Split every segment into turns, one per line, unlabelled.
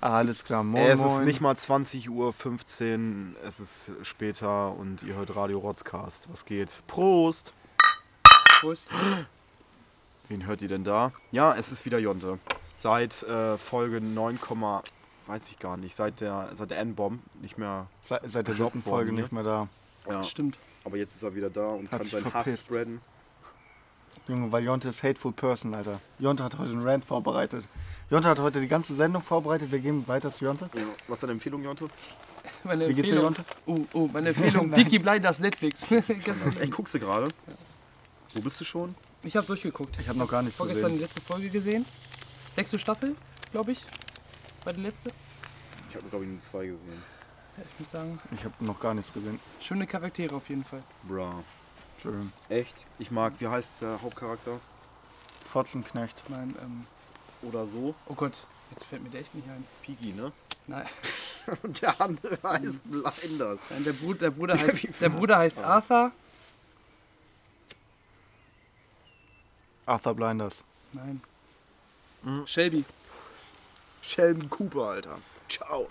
Alles klar, moin.
es
moin.
ist nicht mal 20.15 Uhr, es ist später und ihr hört Radio Rotzcast. Was geht? Prost!
Prost.
Wen hört ihr denn da? Ja, es ist wieder Jonte. Seit äh, Folge 9, Komma- weiß ich gar nicht, seit der, seit der N-Bomb nicht mehr.
Se seit der
Geschluckt
Soppenfolge
worden, ne?
nicht mehr da.
Ja.
Stimmt.
Aber jetzt ist er wieder da und
Hat
kann
sich
seinen Hass
verpisst.
spreaden.
Junge, weil Jonte ist hateful person, Alter. Jonte hat heute einen Rant vorbereitet. Jonte hat heute die ganze Sendung vorbereitet. Wir gehen weiter zu Jonte.
Ja. Was ist deine Empfehlung, Jonte?
Meine
Wie geht's dir,
Empfehlung.
Jonte?
Oh, oh, meine Empfehlung.
Nein.
Peaky Blinders Netflix.
Ich guck sie gerade. Wo bist du schon?
ich habe durchgeguckt.
Ich habe noch gar nichts
Vorgestern die
gesehen.
letzte Folge gesehen. Sechste Staffel, glaube ich. War die letzte.
Ich habe, glaube ich, nur zwei gesehen.
Ich muss sagen,
Ich habe noch gar nichts gesehen.
schöne Charaktere auf jeden Fall.
Bra.
Entschuldigung.
Echt? Ich mag, wie heißt der Hauptcharakter?
Fotzenknecht.
Mein, ähm,
Oder so?
oh Gott, jetzt fällt mir der echt nicht ein.
Pigi, ne? Mhm.
Nein,
Und der andere heißt Blinders.
nein der, Bruder, der Bruder heißt, der Bruder heißt Arthur.
Arthur Blinders.
Nein. Shelby.
Sheldon Cooper, Alter. Ciao.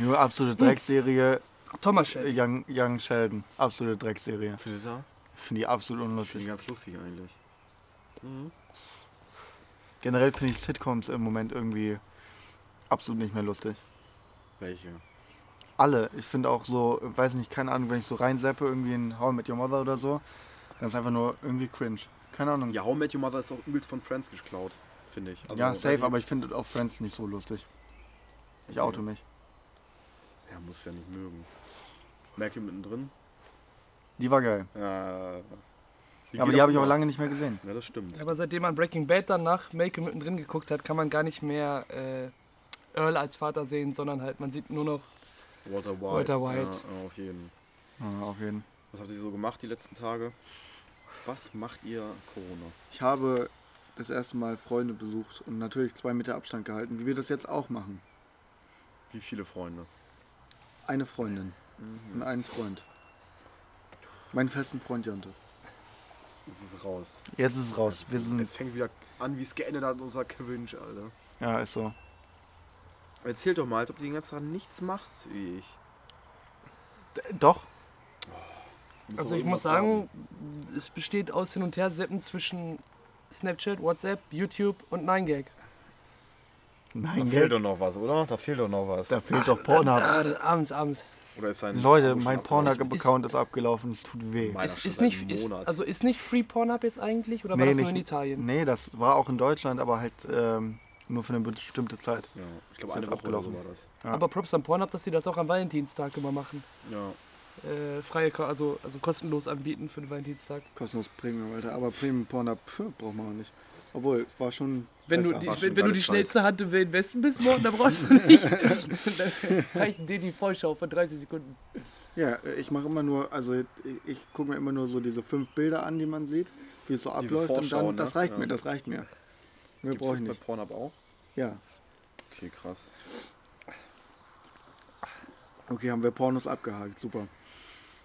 Junge, absolute Drecksserie.
Thomas Shelby.
Young, Young Sheldon. Absolute Drecksserie.
Findet er?
Finde ich absolut
Ich finde
unlustig.
ihn ganz lustig eigentlich.
Generell finde ich Sitcoms im Moment irgendwie absolut nicht mehr lustig.
Welche?
alle. Ich finde auch so, weiß nicht, keine Ahnung, wenn ich so reinseppe, irgendwie in How I Met Your Mother oder so, dann ist einfach nur irgendwie cringe. Keine Ahnung.
Ja, How I Met Your Mother ist auch übelst von Friends geklaut, finde ich.
ja, safe,
also-
aber ich finde auch Friends nicht so lustig. Ich oute mich.
Ja, muss ja nicht mögen. Merkel mittendrin?
Die war geil.
Ja.
aber die habe ich auch lange nicht mehr gesehen.
Ja, das stimmt.
Aber seitdem man Breaking Bad danach Malcolm mittendrin geguckt hat, kann man gar nicht mehr äh, Earl als Vater sehen, sondern halt man sieht nur noch
Walter White.
Walter White.
Ja, ja, auf jeden
Ja, auf jeden
Was habt ihr so gemacht die letzten Tage? Was macht ihr Corona?
Ich habe das erste Mal Freunde besucht und natürlich zwei Meter Abstand gehalten, wie wir das jetzt auch machen.
Wie viele Freunde?
Eine Freundin und einen Freund. Meinen festen Freund Jonte.
Es ist raus.
Jetzt ist es raus. Wir
es
sind.
fängt wieder an, wie es geendet hat, unser Cringe, Alter.
Ja, ist so.
Erzählt doch mal, als ob ihr den ganzen Tag nichts macht wie ich.
Doch,
Muss
Also
doch
ich
irgendwas
muss sagen, es besteht aus Hin- und Her-Seppen zwischen Snapchat, WhatsApp, YouTube und 9gag.
Da
Nein,
fehlt
Geld.
doch noch was, oder? Da fehlt doch noch was.
Da fehlt doch Pornhub.
Ah, das, abends, abends.
Oder ist sein
Leute,
Abo schon
mein
abgelaufen?
Pornhub-Account ne? ist abgelaufen, es tut weh.
Meiner
Ist,
schon
ist
seit
nicht,
einem
ist,
Monat.
also ist nicht Free Pornhub jetzt eigentlich oder war das nur in Italien?
Nee, das war auch in Deutschland, aber halt ähm, nur für eine bestimmte Zeit.
ja, ich glaube,
ist
eine
jetzt
Woche abgelaufen.
abgelaufen.
oder so war das.
Ja.
Aber Props an Pornhub, dass die das auch am Valentinstag immer machen.
Ja.
Äh, freie, Ko- also, also kostenlos anbieten für den Valentinstag.
Kostenlos Premium, Alter. Aber Premium-Porn braucht man auch nicht. Obwohl, war schon.
Wenn du,
besser.
die,
war schon
wenn,
eine
wenn du
geile
die
Zeit.
schnellste Hand im Wilden Westen bist, Morten, dann brauchst du nicht. dann reichen dir die Vorschau von 30 Sekunden.
Ja, ich mache immer nur, also ich, ich gucke mir immer nur so diese fünf Bilder an, die man sieht, wie es so abläuft und dann,
Vorschauen, ne?
das reicht
Ja.
mir, das reicht mir. Mehr
Gibt es
brauche
das
ich
bei
nicht.
Pornhub auch?
Ja.
Okay, krass.
Okay, haben wir Pornos abgehakt, super.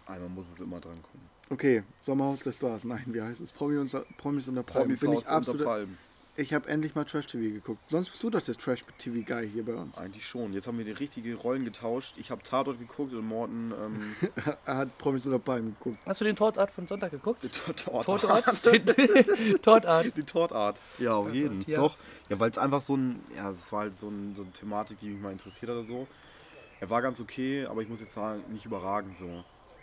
Einmal muss es immer dran kommen.
Okay, Sommerhaus der Stars, nein, wie heißt es? Promi unter, Promis unter Palmen. Bin ich absolut,
Palmen.
Ich habe endlich mal Trash-TV geguckt. Sonst bist du doch der Trash-TV-Guy hier bei uns.
Eigentlich schon. Jetzt haben wir die richtigen Rollen getauscht. Ich habe Tatort geguckt und Morten ähm,
Er hat Promis unter Palmen geguckt.
Hast du den Tortart von Sonntag geguckt?
die Tor- Tortart.
Tortart? Tortart.
Die Tortart. Ja, auf jeden.
ja.
Doch. Ja, weil es einfach so ein. Ja, es war halt so, ein, so eine Thematik, die mich mal interessiert hat oder so. Er war ganz okay, aber ich muss jetzt sagen, nicht überragend so.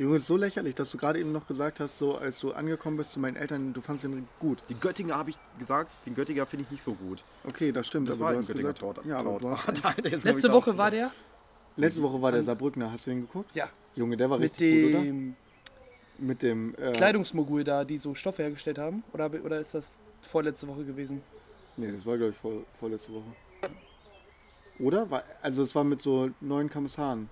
Junge, ist so lächerlich, dass du gerade eben noch gesagt hast, so als du angekommen bist zu meinen Eltern, du fandst den gut.
Die Göttinger habe ich gesagt, den Göttinger finde ich nicht so gut.
Okay, das stimmt,
Das
aber
war
du
ein
hast
Göttinger
gesagt,
Tortart.
ja, aber du hast,
Letzte Woche war der?
letzte Woche war der Saarbrückner, hast du den geguckt?
Ja.
Junge, der war
Mit
richtig gut, oder?
dem
Mit dem äh,
Kleidungsmogul da, die so Stoffe hergestellt haben? Oder, hab- oder ist das vorletzte Woche gewesen?
Nee, das war glaube ich vor, vorletzte Woche. Oder? War, also es war mit so neuen Kommissaren.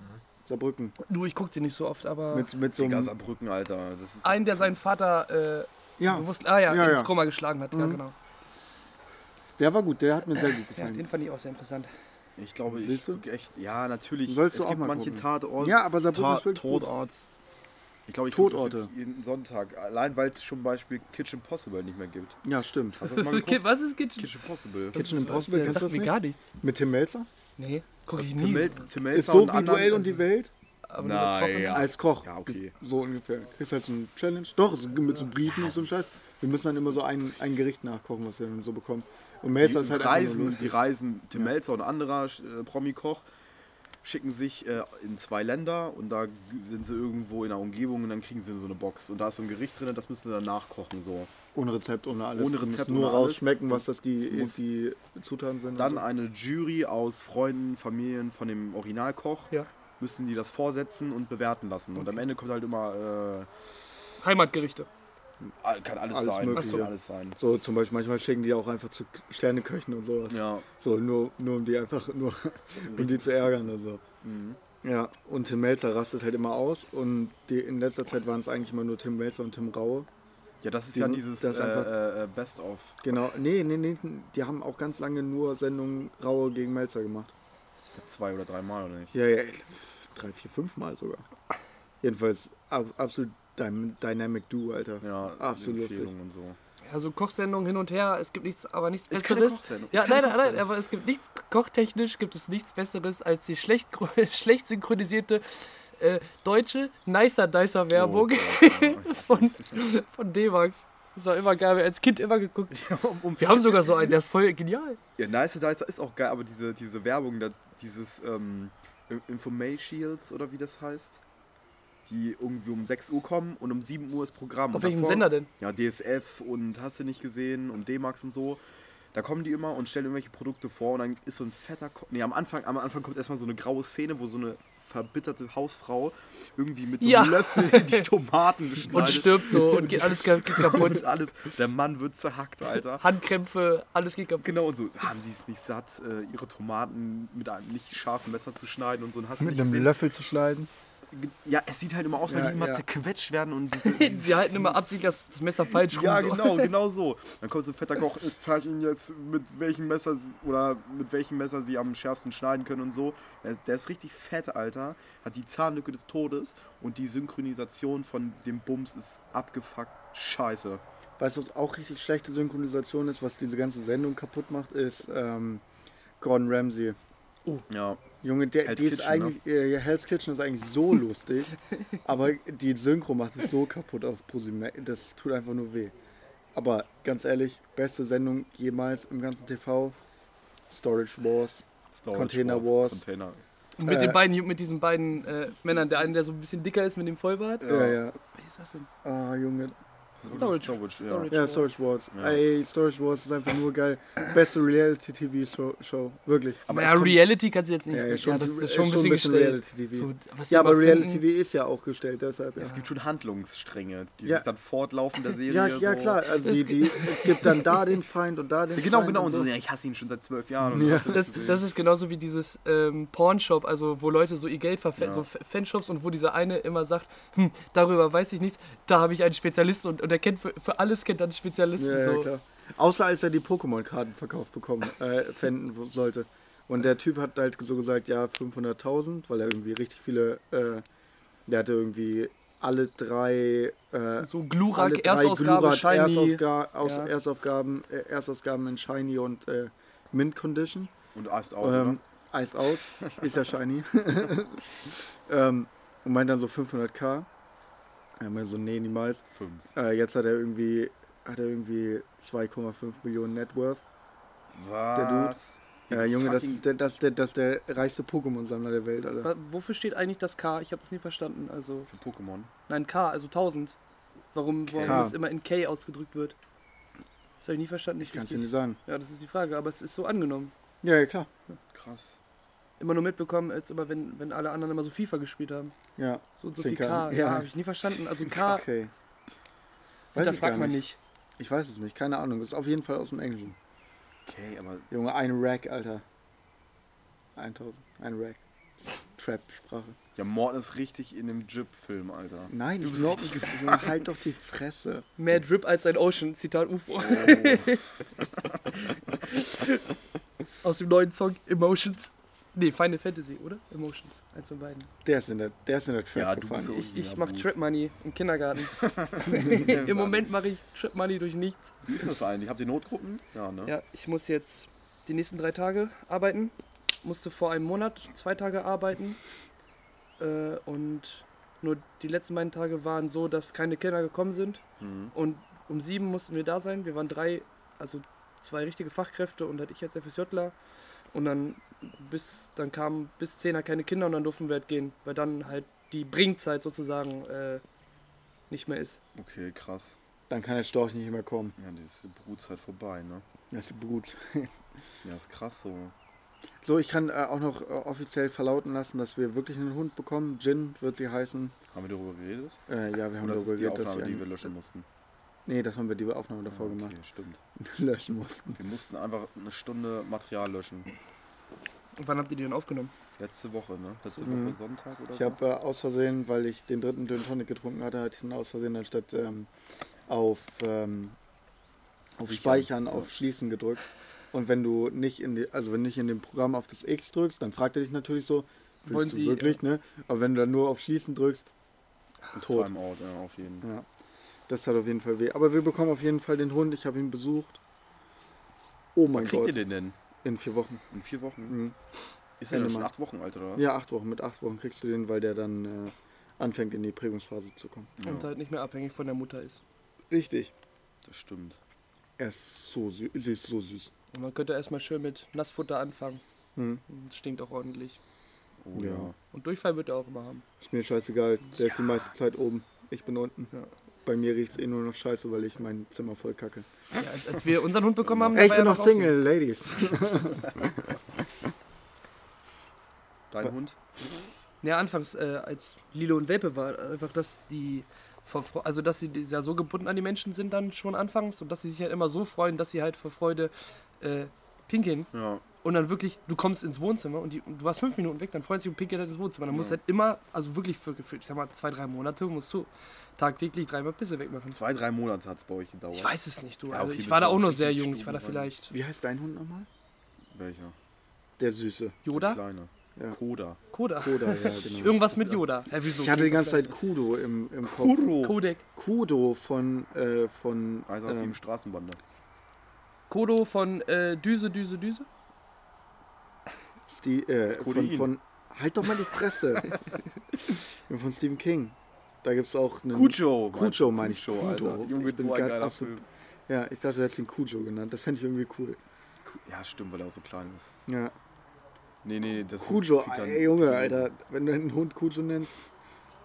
Mhm.
Saarbrücken.
Du, ich guck den nicht so oft, aber
Mit, mit so
Digga,
einem,
Saarbrücken, Alter. Das ist
einen, der seinen Vater äh,
ja,
bewusst ah, ja,
Ja,
ins
ja.
Koma geschlagen hat. Ja,
Mhm.
genau.
der war gut, der hat mir sehr gut
Ja, den
gefallen.
fand ich auch sehr interessant.
Ich glaube, ich
Siehst du?
guck echt. Ja, natürlich.
Sollst
es
du auch
gibt
mal
manche
gucken.
Tatorte.
Ja, aber Saarbrücken ist wirklich gut.
Tatorts. Ich glaube, ich
Totorte.
guck das jetzt jeden Sonntag. Allein, weil es zum Beispiel Kitchen Possible nicht mehr gibt.
Ja, stimmt.
Hast du das mal
Okay,
geguckt?
was ist Kitchen?
Kitchen Possible.
Kitchen
Was-
Impossible,
das
kennst du
sagt
das
mir
nicht?
gar nichts.
Mit Tim Melzer?
Nee, guck ich nie.
Zimel, Zimel
Ist so wie Duell
äh,
und die Welt
Aber nur
Nein,
kochen.
also. ja.
als Koch.
Ja, okay.
So ungefähr. Ist halt so ein Challenge. Doch, so mit so Briefen und so einem Scheiß. Wir müssen dann immer so ein, ein Gericht nachkochen, was wir dann so bekommen. Und
Die
Melzer ist halt einfach nur
reisen, die
lustig.
reisen, Tim Melzer und ein anderer äh, Promi-Koch schicken sich äh, in zwei Länder und da g- sind sie irgendwo in der Umgebung und dann kriegen sie so eine Box. Und da ist so ein Gericht drin, das müssen sie dann nachkochen. So.
Ohne Rezept, ohne alles.
Ohne
Du musst
Rezept,
nur
ohne alles.
rausschmecken, was das die,
Muss-
die Zutaten sind. und
Dann
so.
eine Jury aus Freunden, Familien von dem Originalkoch
Ja.
müssen die das vorsetzen und bewerten lassen. Und am Ende kommt halt immer,
Heimatgerichte.
äh, kann alles,
Alles
sein.
Mögliche.
Kann alles sein.
So zum Beispiel, manchmal schicken die auch einfach zu Sterneköchen und sowas.
Ja.
So, nur, nur um die einfach, nur um die zu ärgern oder so. Ja, und Tim Melzer rastet halt immer aus und die, in letzter Zeit waren es eigentlich immer nur Tim Melzer und Tim Raue.
ja, das ist
Die
ja
sind-
dieses
das ist einfach-
äh, äh, Best-of.
Genau, nee, nee, nee, die haben auch ganz lange nur Sendungen Raue gegen Melzer gemacht.
Zwei oder dreimal, oder nicht?
Ja, ja, drei, vier, fünf Mal sogar. Jedenfalls ab, absolut Dyn- Dynamic Duo, Alter.
Ja,
Absolut lustig.
Empfehlungen und so.
Ja, so Kochsendungen hin und her, es gibt nichts, aber nichts
Ist keine
Besseres.
Kochsendung,
Ja,
ist
nein,
keine
nein, nein,
Kochsendung.
aber es gibt nichts, kochtechnisch gibt es nichts Besseres als die schlecht, schlecht synchronisierte äh, deutsche Nicer Dicer
Oh,
Werbung von, von D-Max. Das war immer geil, wir haben als Kind immer geguckt. Wir haben sogar so einen, der ist voll genial.
Um, Ja, Nice Dicer ist auch geil, aber diese, diese Werbung, da, dieses ähm, Informatials oder wie das heißt, die irgendwie um 6 Uhr kommen und um 7 Uhr ist Programm.
Auf welchem
Davor-
Sender denn?
Ja, DSF und hast du nicht gesehen und D-Max und so. Da kommen die immer und stellen irgendwelche Produkte vor und dann ist so ein fetter Ko Nee, am Anfang, am Anfang kommt erstmal so eine graue Szene, wo so eine verbitterte Hausfrau irgendwie mit so einem
Ja.
Löffel die Tomaten
Und
beschneidet.
stirbt so und geht alles geht kaputt.
Und alles. Der Mann wird zerhackt, Alter.
Handkrämpfe, alles geht kaputt.
Genau, und so haben sie es nicht satt, äh, ihre Tomaten mit einem nicht scharfen Messer zu schneiden und so. Und hast du
Mit
nicht
einem
gesehen?
Löffel zu schneiden.
Ja, es sieht halt immer aus, weil
Ja,
die immer
ja.
zerquetscht werden und diese,
Sie halten immer absichtlich das das Messer falsch rum.
Ja,
so.
genau, genau so. Dann kommt so ein fetter Koch, ich zeige Ihnen jetzt, mit welchem Messer sie- oder mit welchem Messer Sie am schärfsten schneiden können und so. Der, der ist richtig fett, Alter. Hat die Zahnlücke des Todes und die Synchronisation von dem Bums ist abgefuckt scheiße.
Weißt du, was auch richtig schlechte Synchronisation ist, was diese ganze Sendung kaputt macht, ist ähm, Gordon Ramsay.
Ja.
Junge, der,
Hell's
die ist
Kitchen,
eigentlich, äh, ja, Hell's Kitchen ist eigentlich so lustig, aber die Synchro macht es so kaputt auf ProSieben. Das tut einfach nur weh. Aber ganz ehrlich, beste Sendung jemals im ganzen TV. Storage Wars.
Storage
Container Wars.
Container.
Und mit, den
Äh.
beiden, Ju- mit diesen beiden äh, Männern, der eine, der so ein bisschen dicker ist mit dem
Äh.
Vollbart.
Ja, ja.
Wie ist das denn?
Ah, Junge.
Storage.
Storage, ja.
Storage.
Ja, Storage Wars.
Ja.
Ey, Storage Wars ist einfach nur geil. Beste Reality-TV-Show. Wirklich.
Aber
Aber
es
ja,
kommt-
Reality kannst du jetzt nicht.
Ja,
Ja,
ja, schon,
das ist
ist
schon ein bisschen gestellt.
Reality-TV.
So, was
ja,
die
aber
überfinden-
Reality-TV ist ja auch gestellt, deshalb. Ja.
Es gibt schon Handlungsstränge, die
Ja.
sich dann fortlaufen der Serie.
Ja, ja
so.
klar, also
Es
die, die, es gibt dann da den Feind und da den
Genau,
Feind.
genau. Und so,
und
ja, ich hasse ihn schon seit zwölf Jahren. und
Ja.
hast du
Das,
gesehen.
das ist genauso wie dieses ähm, Pornshop, also wo Leute so ihr Geld verfetten,
Ja.
so F- Fanshops und wo dieser eine immer sagt, hm, darüber weiß ich nichts, da habe ich einen Spezialisten und, und er kennt für, für alles kennt er einen Spezialisten.
Ja, ja,
so.
klar. Außer als er die Pokémon-Karten verkauft bekommen, äh, fänden sollte. Und der Typ hat halt so gesagt, ja, 500.000, weil er irgendwie richtig viele, äh, der hatte irgendwie alle drei, äh,
so
alle
Glurak,
drei
Erstausgabe,
Glurak
Shiny.
Erstaufga aus,
Ja.
Erstaufgaben, äh, Erstausgaben in Shiny und äh, Mint Condition.
Und Ast ne? auch.
Ähm, Eis out, ist ja shiny. ähm, und meint dann so 500k. Er meinte so, nee, niemals.
oder? Fünf.
Äh, jetzt hat er irgendwie, hat er irgendwie 2,5 Millionen Net Worth.
Was?
Ja, Junge, das
fucking-
ist, der, das, ist der, das ist der reichste Pokémon-Sammler der Welt, Alter.
Wa- Wofür steht eigentlich das K? Ich habe das nie verstanden. Also
Für Pokémon.
nein, K, also 1000. Warum, warum
K.
das immer in K ausgedrückt wird? Das habe ich nie verstanden. Nicht
Kannst du
richtig.
nicht sagen.
Ja, das ist die Frage, aber es ist so angenommen.
Ja, ja, klar.
Krass.
Immer nur mitbekommen, als immer wenn, wenn alle anderen immer so FIFA gespielt haben.
Ja,
So und so viel
10K,
K. Ja,
ja.
habe ich nie verstanden. Also
Ah.
K,
okay. Weiß
da
ich gar
fragt man
nicht.
nicht.
Ich weiß es nicht, keine Ahnung. Das ist auf jeden Fall aus dem Englischen.
Okay, aber
Junge, ein Rack, Alter. 1000, ein Rack. Trap-Sprache.
ja, Morten ist richtig in dem Jip-Film, Alter.
Nein,
Du
ich bin
bist
überhaupt nicht gefangen. Halt doch die Fresse.
Mehr Drip als ein Ocean, Zitat UFO. Aus dem neuen Song Emotions. Nee, Final Fantasy, oder? Emotions. Eins von beiden.
Der ist in der, der, ist in der Trap
Ja, du
gefallen.
bist
Ich,
Ja,
ich mache
gut.
Trip Money im Kindergarten. Im Moment mache ich Trip Money durch nichts.
Wie ist das eigentlich? Habt ihr Notgruppen? Ja, ne?
Ja, ich muss jetzt die nächsten drei Tage arbeiten. Musste vor einem Monat zwei Tage arbeiten. Äh, und nur die letzten beiden Tage waren so, dass keine Kinder gekommen sind.
Mhm.
Und um sieben mussten wir da sein. Wir waren drei, also zwei richtige Fachkräfte und halt ich als FSJler. Und dann bis dann kamen bis zehn halt keine Kinder und dann durften wir halt gehen, weil dann halt die Bringzeit sozusagen äh, nicht mehr ist.
Okay, krass.
Dann kann der Storch nicht mehr kommen.
Ja, die ist- die Brutzeit vorbei, ne?
Das ist gut.
Ja, ist krass so.
So, ich kann äh, auch noch äh, offiziell verlauten lassen, dass wir wirklich einen Hund bekommen. Jin wird sie heißen.
Haben wir darüber geredet?
Äh, ja, wir haben darüber
Oder das ist die
geredet, dass
Aufnahme,
wir.
die Ah, wir
Einen,
löschen mussten.
nee, das haben wir die Aufnahme davor
Ja,
gemacht.
stimmt.
Löschen mussten.
Wir mussten einfach eine Stunde Material löschen.
Und wann habt ihr die denn aufgenommen?
Letzte Woche, ne? Letzte
Mhm.
Woche Sonntag oder
Ich
so?
habe äh, aus Versehen, weil ich den dritten Gin Tonic getrunken hatte, hatte ich ihn aus Versehen anstatt ähm, auf, ähm, auf
Sichern,
Speichern,
ja.
auf Schließen gedrückt. Und wenn du nicht in die, also wenn du nicht in dem Programm auf das X drückst, dann fragt er dich natürlich so, willst
Wollen
du
Sie,
wirklich,
äh,
ne? Aber wenn du dann nur auf Schließen drückst, tot.
Ist
Mhm.
zwar im Ort, ja, auf jeden Fall.
ja, das hat auf jeden Fall weh. Aber wir bekommen auf jeden Fall den Hund, ich habe ihn besucht. Oh mein
Wann kriegt ihr
Gott,
den denn?
in vier Wochen.
In vier Wochen?
Mhm.
Ist er
Ende
denn schon
Mai.
acht Wochen alt, oder? was?
Ja, acht Wochen. Mit acht Wochen kriegst du den, weil der dann äh, anfängt in die Prägungsphase zu kommen.
Und
ja
halt nicht mehr abhängig von der Mutter ist.
Richtig.
das stimmt.
Er ist so süß. Sie ist so süß.
Und man könnte erstmal schön mit Nassfutter anfangen.
Hm.
Das stinkt auch ordentlich.
Oh,
Ja.
ja.
Und Durchfall wird er auch immer haben.
Ist mir scheißegal. Der ist die meiste Zeit oben. Ich bin unten.
Ja.
Bei mir riecht es eh nur noch scheiße, weil ich mein Zimmer voll kacke.
Ja, als, als wir unseren Hund bekommen haben,
Ey, ich
war
bin
er
noch Single, Ladies.
Dein
Wa-
Hund?
Ja, anfangs, äh, als Lilo und Welpe war, einfach, dass die. vor Fre- Also, dass sie die- ja so gebunden an die Menschen sind, dann schon anfangs. Und dass sie sich halt immer so freuen, dass sie halt vor Freude äh, pinkeln.
Ja.
Und dann wirklich, du kommst ins Wohnzimmer und, die, und du warst fünf Minuten weg, dann freuen sich und pinkeln halt ins Wohnzimmer. Dann musst du
Ja.
halt immer, also wirklich für, für ich sag mal, zwei, drei Monate, musst du tagtäglich dreimal Pisse wegmachen.
Zwei, drei Monate hat es bei euch gedauert.
Ich weiß es nicht, du.
Ja,
Also,
okay,
ich
bist
war da
du
auch
auch
noch
richtig
sehr jung. Ich war da
stubenrein.
vielleicht.
Wie heißt dein Hund nochmal?
Welcher?
Der Süße.
Der
Yoda?
Kleine.
Ja.
Koda.
Koda.
Koda, ja, genau.
Irgendwas mit Yoda. Hä, wieso?
Ich hatte die ganze Zeit Kudo im, im Kopf.
Kuro.
Kodek.
Kudo von, äh, von,
187
ähm,
Straßenbande.
Kodo von äh, Düse, Düse, Düse.
Sti äh, von,
Codein.
von, halt doch mal die Fresse. von Stephen King. Da gibt es auch einen,
Kucho.
Kucho meine ich.
Kucho, Alter.
Kudo.
Junge,
oh. Ich bin
so ein
grad
geiler
absolut-
Film.
Ja, ich dachte, du hättest ihn Kujo genannt. Das fände ich irgendwie cool.
Ja, stimmt, weil er auch so klein ist.
Ja.
Nee, nee, das
Kujo,
kriegt dann-
ey Junge, Alter, wenn du einen Hund Kujo nennst.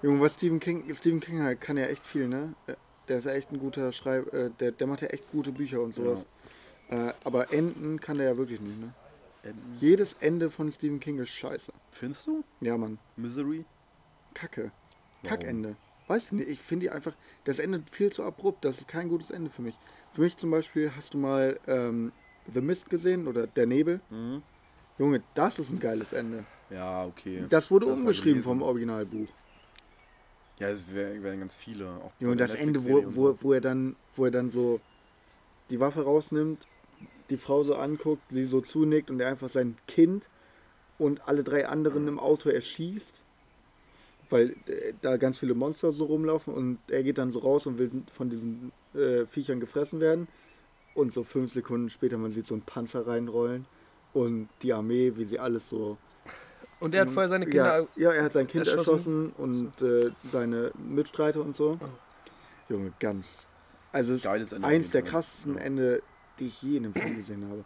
Junge, was Stephen King, Stephen King halt kann ja echt viel, ne? Äh, Der ist ja echt ein guter Schreib, äh, der, der macht ja echt gute Bücher und sowas. Äh, aber Enden kann der ja wirklich nicht, ne?
Enten.
Jedes Ende von Stephen King ist scheiße.
Findest du?
Ja, Mann,
Misery?
Kacke.
Warum?
Kackende. Weißt du nicht, ich finde die einfach, das Ende viel zu abrupt, das ist kein gutes Ende für mich. Für mich zum Beispiel, hast du mal ähm, The Mist gesehen oder Der Nebel?
Mhm.
Junge, das ist ein geiles Ende.
Ja, okay.
Das wurde
Das war
umgeschrieben
gelesen.
vom Originalbuch.
Ja, es wär- wären ganz viele. Auch bei
Junge,
der
das Ende, wo,
Netflix-Serie und
wo,
so.
wo, er dann, wo er dann so die Waffe rausnimmt, die Frau so anguckt, sie so zunickt und er einfach sein Kind und alle drei anderen im Auto erschießt, weil äh, da ganz viele Monster so rumlaufen und er geht dann so raus und will von diesen äh, Viechern gefressen werden. Und so fünf Sekunden später, man sieht so einen Panzer reinrollen und die Armee, wie sie alles so
Und er hat vorher seine Kinder.
Mhm. ja, ja, er hat sein Kind erschossen,
erschossen. Oh.
und äh, seine Mitstreiter und so. Junge, ganz. Also es ist
Geiles Ende
eins
auf jeden
der
Fall.
krassesten
Ja.
Ende, die ich je in einem Film gesehen habe.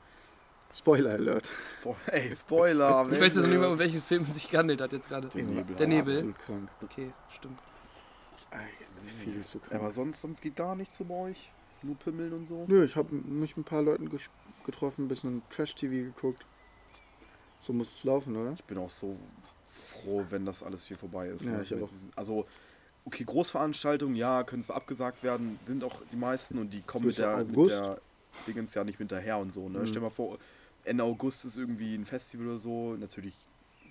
Spoiler Alert.
Spo ey, Spoiler.
Ich weiß jetzt nicht mehr, um welchen Film es sich gehandelt hat jetzt gerade.
Der Nebel.
Der Nebel.
Absolut krank.
Okay, stimmt.
Viel zu krank.
Aber sonst, sonst geht gar nichts um euch. Nur Pimmeln und so.
Nö, ich habe mich mit ein paar Leuten ges- getroffen, ein bisschen Trash-TV geguckt. So muss es laufen, oder?
Ich bin auch so froh, wenn das alles hier vorbei ist.
Ja,
ne?
ich auch.
Also, okay, Großveranstaltungen, ja, können zwar abgesagt werden, sind auch die meisten und die kommen
Bis
mit der, mit
August.
der Dingens ja nicht hinterher und so. Ne?
Mhm.
Stell mal vor, Ende August ist irgendwie ein Festival oder so. Natürlich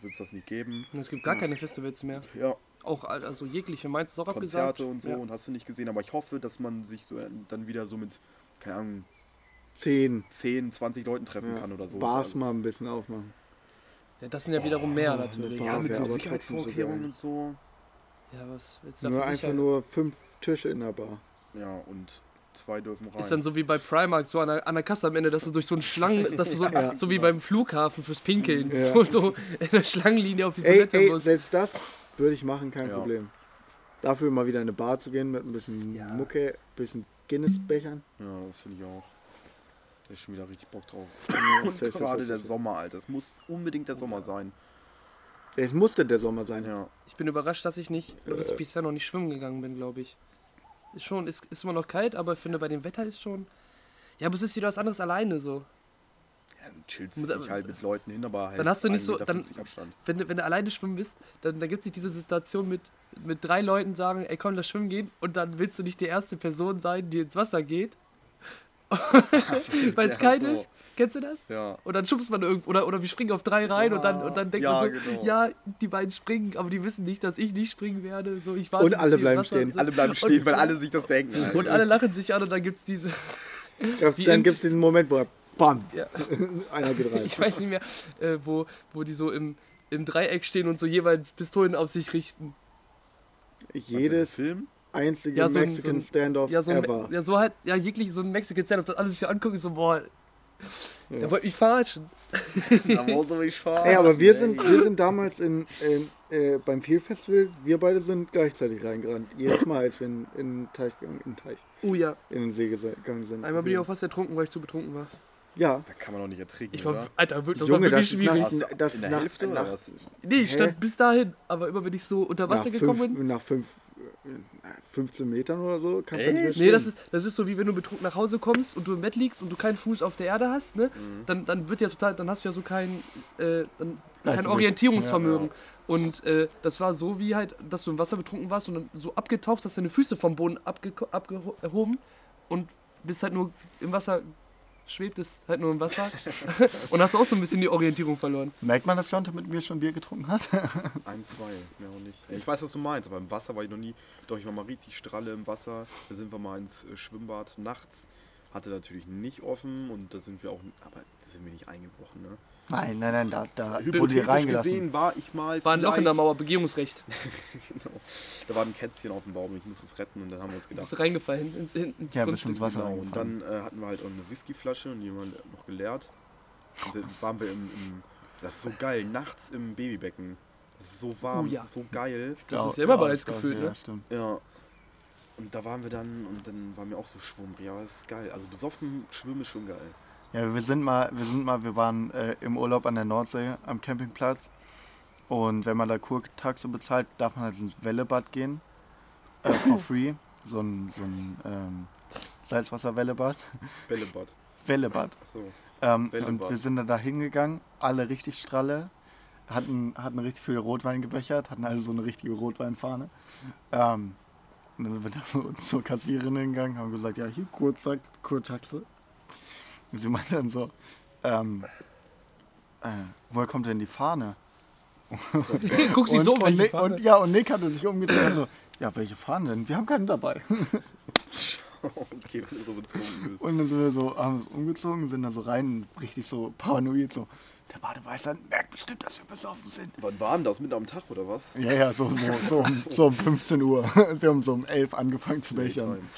wird es das nicht geben.
Und es gibt gar keine Festivals mehr.
Ja,
Auch also jegliche. Meinst du auch abgesagt?
Konzerte und so
Ja.
und hast du nicht gesehen. Aber ich hoffe, dass man sich so äh, dann wieder so mit, keine Ahnung,
Zehn.
10, 20 Leuten treffen
Ja.
kann oder so. Also,
Bars mal ein bisschen aufmachen.
Ja, das sind ja wiederum mehr natürlich.
Ja,
Ja, mit
wär
so
aber
Sicherheitsvorkehrungen und so.
Ja, was willst du da
Nur
für
einfach
Sicherheit?
nur fünf Tische in der Bar.
Ja, und zwei dürfen rein.
Ist dann so wie bei Primark, so an der, an der Kasse am Ende, dass du durch so einen Schlangen, dass du so,
Ja.
so wie beim Flughafen fürs Pinkeln,
Ja.
so, so in der Schlangenlinie auf die
Ey,
Toilette
ey,
musst.
selbst das würde ich machen, kein
Ja.
Problem. Dafür mal wieder in eine Bar zu gehen mit ein bisschen
Ja.
Mucke, ein bisschen Guinness-Bechern.
ja, das finde ich auch. Da ist schon wieder richtig Bock drauf.
Ja,
Und
safe, safe,
gerade
safe,
der
safe.
Sommer, Alter. Es muss unbedingt der Sommer sein.
Es musste der Sommer sein.
Ja.
Ich bin überrascht, dass ich nicht,
Äh.
dass ich bisher noch nicht schwimmen gegangen bin, glaube ich. Ist schon, ist, ist immer noch kalt, aber ich finde, bei dem Wetter ist schon. Ja, aber es ist wieder was anderes alleine so.
ja du chillst
Muss
dich
aber-
halt mit Leuten hin, aber halt
Dann hast du nicht so-
1,50
dann-
Abstand.
Wenn, du- wenn du alleine schwimmen bist, dann, dann gibt es nicht diese Situation mit, mit drei Leuten sagen, ey komm, lass schwimmen gehen und dann willst du nicht die erste Person sein, die ins Wasser geht, weil es
Ja,
kalt
so.
ist. Kennst du das?
Ja.
Und dann schubst man irgendwo, oder, oder wir springen auf drei rein und, dann, und dann denkt
Ja,
man so,
genau.
ja, die beiden springen, aber die wissen nicht, dass ich nicht springen werde. So, ich warte,
Und
bis
alle
die im
bleiben
Wasser
stehen.
sind.
Alle bleiben stehen, weil alle sich das denken. Alter.
Und alle lachen sich an und dann gibt es diese,
Gab's,
Wie
dann
in-
gibt es diesen Moment, wo er BAM!
Ja.
Einer geht rein.
ich weiß nicht mehr, äh, wo, wo die so im, im Dreieck stehen und so jeweils Pistolen auf sich richten.
Was ist das, ein
Jedes
Film?
einzige
Ja, so ein-
Mexican
so ein-
Standoff
Ja, so, ein,
ever.
ja, so halt, ja, jeglich so ein Mexican Stand, auf das alles sich angucken, so, boah,
Ja.
der wollte mich verarschen.
Da wollte mich fahren.
Ey, aber wir sind, wir sind damals in, in, äh, beim Feel Festival, wir beide sind gleichzeitig reingerannt. Jedes Mal, als wir in, in den Teich gegangen, in den Teich,
Oh ja,
in den See gese- gegangen sind.
einmal bin ich auch fast ertrunken, weil ich zu betrunken war.
Ja.
Da kann man doch nicht ertrinken.
Ich war,
oder?
Alter, wir- das war
Junge,
wirklich
das ist
schwierig.
nach, das
in
ist
der
nach,
Hälfte oder
nach,
was?
nee, ich
Hä?
stand bis dahin, aber immer wenn ich so unter Wasser
nach,
gekommen bin.
fünf, nach fünf, äh, 15 Metern oder so, kannst du
Echt?
nicht mehr stehen.
Nee, das ist, das ist so wie wenn du betrunken nach Hause kommst und du im Bett liegst und du keinen Fuß auf der Erde hast, ne?
Mhm.
Dann, dann wird ja total, dann hast du ja so kein, äh, dann, kein
Gleichgewicht.
Orientierungsvermögen. Und äh, das war so wie halt, dass du im Wasser betrunken warst und dann so abgetaucht, dass deine Füße vom Boden abge abgehoben und bist halt nur im Wasser, schwebtest halt nur im Wasser und hast auch so ein bisschen die Orientierung verloren.
Merkt man, dass Jonte mit mir schon Bier getrunken hat?
Ein, zwei, mehr auch nicht. Ich weiß, was du meinst, aber im Wasser war ich noch nie. Doch, ich war mal richtig stralle im Wasser. Da sind wir mal ins äh, Schwimmbad nachts. Hatte natürlich nicht offen und da sind wir auch. Aber da sind wir nicht eingebrochen, ne?
Nein, nein, nein, da, da wurde hier
Hypothetisch
reingelassen.
gesehen war ich mal.
War ein Loch in der
vielleicht-
Mauer, Begehungsrecht.
Genau. Da war ein Kätzchen auf dem Baum und ich musste es retten und dann haben wir uns gedacht.
Bist reingefallen ins, ins
Ja, bis
Grundstück.
ins Wasser
Genau, und
reingefallen.
dann äh, hatten wir halt auch eine Whiskyflasche und jemand hat noch geleert. Und dann waren wir im, im. Das ist so geil, nachts im Babybecken. Das ist so warm,
Oh ja.
das ist so geil.
Das ist ja immer bereits
das-
gefühlt,
ja,
ne?
Stimmt.
Ja. Und da waren wir dann und dann waren wir auch so schwummrig, aber das ist geil. Also besoffen schwimmen ist schon geil.
Ja, wir sind mal, wir sind mal, wir waren äh, im Urlaub an der Nordsee am Campingplatz. Und wenn man da Kurtag so bezahlt, darf man halt ins Wellebad gehen. Äh, for free. So ein, so ein ähm, Salzwasser-Wellebad.
Bällebad.
Wellebad.
Achso.
Ähm,
Wellebad.
und wir sind dann da hingegangen, alle richtig stralle, hatten, hatten richtig viel Rotwein gebechert, hatten also so eine richtige Rotweinfahne. Ähm, und dann sind wir da so zur Kassiererin hingegangen, haben gesagt, ja, hier, Kurzack, Kurtaxe. Und sie meinte dann so, ähm, äh, woher kommt denn die Fahne?
Guck sie so
und,
an
und,
die
Nick,
Fahne.
und, ja, und Nick hatte sich umgedreht und so, ja, welche Fahne denn? Wir haben keine dabei.
okay, wenn du so betrunken bist.
Und dann sind wir so, haben uns umgezogen, sind dann so rein, richtig so paranoid, so, der Bademeister merkt bestimmt, dass wir besoffen sind.
Wann war denn das? Mitten am Tag oder was?
Ja, ja, so, so, so, um, so um 15 Uhr. Wir haben so um 11 angefangen zu bechern.
Daytime.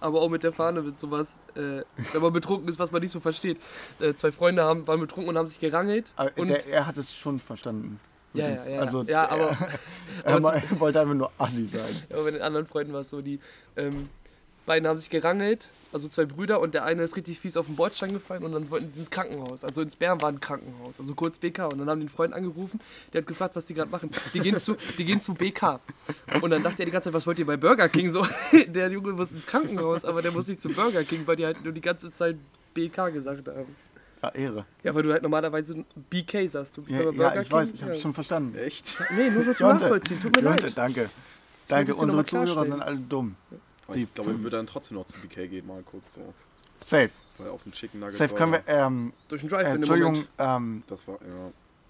aber auch mit der Fahne, mit sowas, äh, wenn man betrunken ist, was man nicht so versteht. Äh, zwei Freunde haben, waren betrunken und haben sich gerangelt.
Aber
und,
der, er hat es schon verstanden. mit
ja,
uns.
ja, ja,
also,
ja, aber,
er,
aber,
er wollte einfach nur Assi sein.
zu, aber bei den anderen Freunden war es so, die ähm, beiden haben sich gerangelt, also zwei Brüder, und der eine ist richtig fies auf den Bordstein gefallen und dann wollten sie ins Krankenhaus, also ins Bernwahn-Krankenhaus, also kurz BK. Und dann haben die einen Freund angerufen, der hat gefragt, was die gerade machen. Die gehen, zu, die gehen zu BK. Und dann dachte er die ganze Zeit, was wollt ihr bei Burger King so? Der Junge muss ins Krankenhaus, aber der muss nicht zu Burger King, weil die halt nur die ganze Zeit BK gesagt haben.
Ja, Ehre.
Ja, weil du halt normalerweise BK sagst. Du
Ja,
bei
ja
Burger
ich weiß,
King,
ich habe
ja.
schon verstanden.
Echt?
Nee, nur so zum
Jonte,
Nachvollziehen. Tut mir
Jonte,
leid.
danke.
Ich
Danke,
wollte
unsere
das hier nochmal
Zuhörer
klarstellen.
sind alle dumm.
Aber
Die
ich glaube, ich
fünf.
würde dann trotzdem noch zu BK gehen, mal kurz so.
Safe.
Weil auf den Chicken Nugget.
Safe
war-
können wir, ähm,
Durch den
äh,
Drive in dem
Entschuldigung,
Moment.
ähm,
Das war,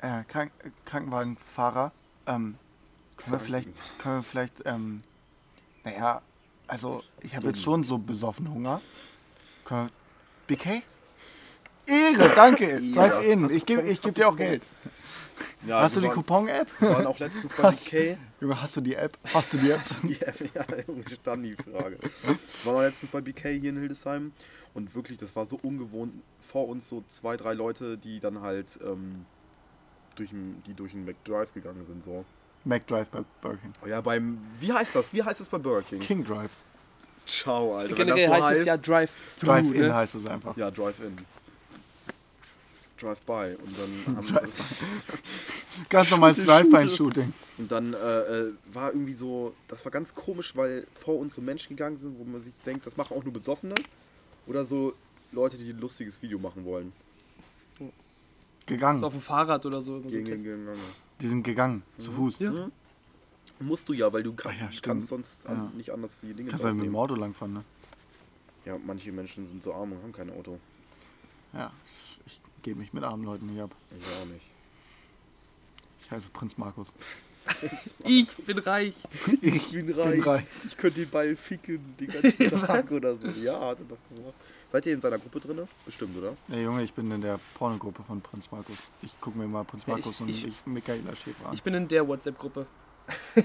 ja.
äh, Krank äh, Krankenwagenfahrer, ähm, können wir vielleicht, können wir vielleicht, ähm, naja, also ich habe jetzt schon so besoffen Hunger. Können wir, BK? Ehre, danke,
Ja,
drive in,
hast du
ich gebe
Punkt,
ich geb
hast
dir
du
auch Geld.
Ja,
Hast du
wir
die
waren-
Coupon-App?
Wir waren auch letztens bei
Hast-
BK.
Junge, hast du die App? Hast du die App?
Ja, ja, Junge, stand die Frage. Wir waren auch letztens bei BK hier in Hildesheim und wirklich, das war so ungewohnt. Vor uns so zwei, drei Leute, die dann halt ähm, durch den, die durch den McDrive gegangen sind. So.
McDrive bei Burger King.
Oh ja, beim. Wie heißt das? Wie heißt das bei Burger King?
King Drive.
Ciao, Alter. wenn
Generell
das so
heißt es ja Drive-Thru.
Drive-In
ne?
heißt es einfach.
Ja, Drive-In. Drive-By. Und dann haben wir.
Ganz normales Drive-By-Shooting.
Und dann äh, äh, war irgendwie so, das war ganz komisch, weil vor uns so Menschen gegangen sind, wo man sich denkt, das machen auch nur Besoffene. Oder so Leute, die ein lustiges Video machen wollen.
Ist
Gegangen.
auf dem Fahrrad oder so. so
Gegen, Hm?
Tests.
gegen, gegen.
Die sind gegangen. Zu Fuß.
Ja.
Musst du ja, weil du kann,
Ah ja, stimmt.
kannst sonst an,
Ja.
nicht anders die Dinge
Kannst du halt mit dem
aufnehmen.
Auto langfahren, ne?
Ja, manche Menschen sind so arm und haben kein Auto.
Ja. Ich gebe mich mit armen Leuten nicht ab.
Ich auch nicht.
Ich heiße Prinz Markus.
Ich bin reich.
Ich bin reich.
reich.
Ich könnte den Ball ficken den ganzen Tag oder so. Ja, hat er doch gesagt. Seid ihr in seiner Gruppe drin? Bestimmt, oder?
Ja, Junge, ich bin in der Pornogruppe von Prinz Markus. Ich gucke mir mal Prinz
Ja, ich-
Markus und
ich-
ich, Michaela Schäfer an.
Ich bin in der WhatsApp-Gruppe.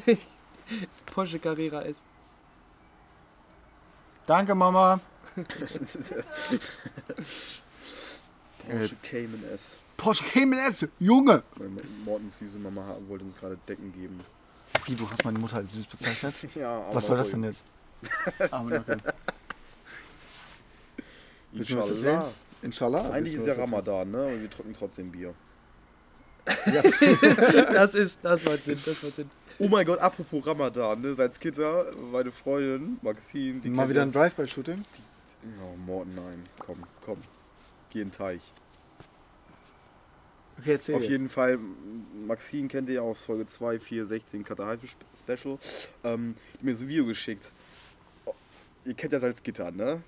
Porsche Carrera S.
Danke, Mama. Äh,
Porsche Cayman S.
Porsche Cayman S. Junge.
Meine Mortens süße Mama wollte uns gerade Decken geben.
Wie, du hast meine Mutter als süß bezeichnet?
Ja, aber
Was soll das denn jetzt? Ah, Arme Locke.
Willst du was erzählen? Inshallah.
Eigentlich ist
willst
ja
du was
Ramadan, ne? Und wir trinken trotzdem Bier.
Das ist, das macht Sinn, das macht Sinn.
Oh mein Gott, apropos Ramadan, ne? Seit Skitter, meine Freundin, Maxine, die
erzählen? Mal
kennt
wieder ein
das.
Drive-By-Shooting?
Oh, Morten, nein. Komm, komm. Geh in den Teich.
Okay, erzähl
Auf
jetzt.
jeden Fall, Maxine kennt ihr ja aus Folge 2, 4, 16, Katahaife Special. Ähm, die hat mir so ein Video geschickt. Oh, Ihr kennt ja Salzgitter, ne?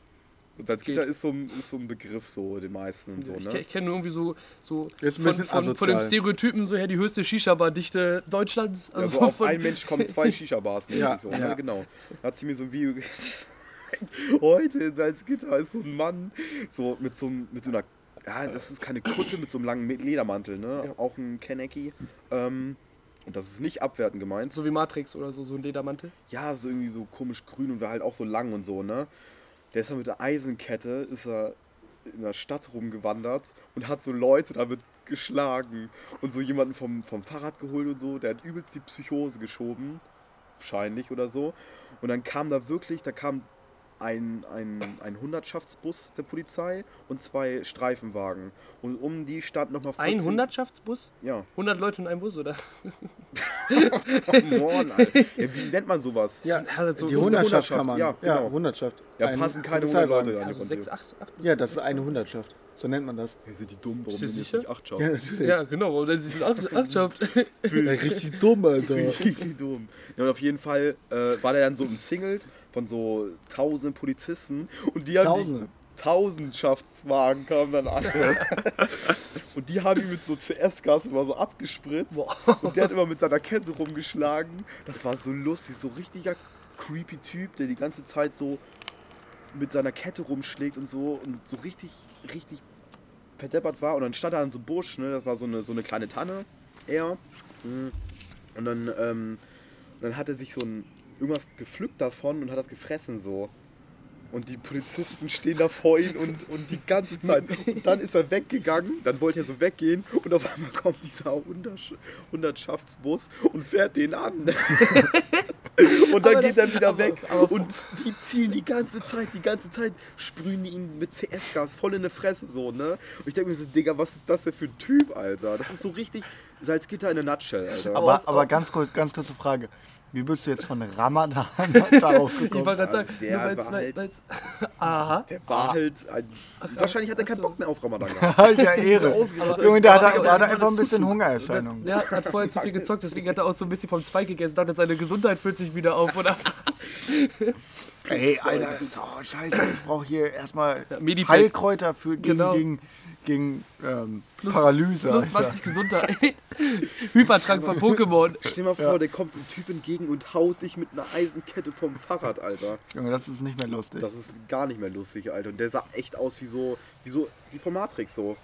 Und Salzgitter
Geht.
ist so, ein, ist so ein Begriff so den meisten und so,
Ich,
ne?
ke- ich kenne nur irgendwie so, so
Ist ein
von,
bisschen
von, von dem
asozial.
Stereotypen so her die höchste Shisha-Bar-Dichte Deutschlands.
Ja,
Also
so auf
von,
einen Mensch kommen zwei Shisha-Bars mäßig
Ja,
so.
ja.
Ja. Genau. Da hat sie mir so ein Video gezeigt. Heute in Salzgitter ist so ein Mann, so mit so, einem- mit so einer, ja, das ist keine Kutte, mit so einem langen Ledermantel, ne? Auch ein Kaneki. Ähm, und das ist nicht abwertend gemeint.
so wie Matrix oder so, so ein Ledermantel.
Ja, so irgendwie so komisch grün und war halt auch so lang und so, ne? Der ist dann mit der Eisenkette, ist er in der Stadt rumgewandert und hat so Leute damit geschlagen und so jemanden vom, vom Fahrrad geholt und so, der hat übelst die Psychose geschoben, wahrscheinlich oder so. Und dann kam da wirklich, da kam ein, ein, ein Hundertschaftsbus der Polizei und zwei Streifenwagen. Und um die stand nochmal
Ein Hundertschaftsbus?
Ja.
100 Leute in einem Bus, oder?
Morgen, Alter. Ja, wie nennt man sowas?
Ja,
Also so-
die
so
eine
Hundertschaft
Hundertschaft,
kann man.
ja,
Ja,
genau.
Hundertschaft.
Ja,
Ein
passen keine 100
Polizeiwagen.
Leute rein.
Also 6, 8, 8
Ja, das ist eine Hundertschaft. So nennt man das.
Wir sind die dumm, warum
Bist du
wir jetzt
sicher?
nicht acht schaffen.
Ja, natürlich.
Ja, genau, warum denn diese Acht- Achtschaft?
Ja, richtig dumm, Alter.
Richtig dumm. Ja, und auf jeden Fall äh, war der dann so umzingelt von so tausend Polizisten und die haben
Tausende.
die Tausendschaftswagen kamen dann an. und die haben ihn mit so CS-Gas immer so abgespritzt und der hat immer mit seiner Kette rumgeschlagen. Das war so lustig, so richtiger creepy Typ, der die ganze Zeit so mit seiner Kette rumschlägt und so und so richtig, richtig verdeppert war. Und dann stand er an so einem Busch, ne? das war so eine, so eine kleine Tanne, er. Und dann, ähm, dann hat er sich so ein, irgendwas gepflückt davon und hat das gefressen so. Und die Polizisten stehen da vor ihm und, und die ganze Zeit. Und dann ist er weggegangen, dann wollte er so weggehen und auf einmal kommt dieser Hundertsch- Hundertschaftsbus und fährt den an. und dann
Aber
geht
das-
er wieder
aber-
weg.
aber-
und die zielen die ganze Zeit, die ganze Zeit sprühen die ihn mit CS-Gas voll in die Fresse so, ne? Und ich denke mir so, Digga, was ist das denn für ein Typ, Alter? Das ist so richtig Salzgitter in a nutshell, Alter.
Aber,
aus-
aber ganz kurz, ganz kurze Frage. Wie bist du jetzt von Ramadan darauf
Ich wollte
gekommen?
gerade sagen,
Also der
nur weil's,
war
weil,
halt-
weil's, aha.
Der war halt ein, Wahrscheinlich hat er keinen Bock mehr auf Ramadan gehabt.
Halt ja, Ehre. Junge, der hat, der hat einfach ein bisschen Hungererscheinung.
Der hat vorher zu viel gezockt, deswegen hat er auch so ein bisschen vom Zweig gegessen. Dachte, seine Gesundheit füllt sich wieder auf. Oder?
Ey, Alter, oh, scheiße, ich brauche hier erstmal
Ja, Medipack.
Heilkräuter für, gegen,
Genau.
gegen, gegen ähm,
Plus-
Paralyse.
Plus
Alter.
20 Gesundheit. Hypertrank von Pokémon.
Stell dir mal vor, der kommt so ein Typ entgegen und haut dich mit einer Eisenkette vom Fahrrad, Alter.
Junge, das ist nicht mehr lustig.
Das ist gar nicht mehr lustig, Alter. Und der sah echt aus wie so, wie so die von Matrix so.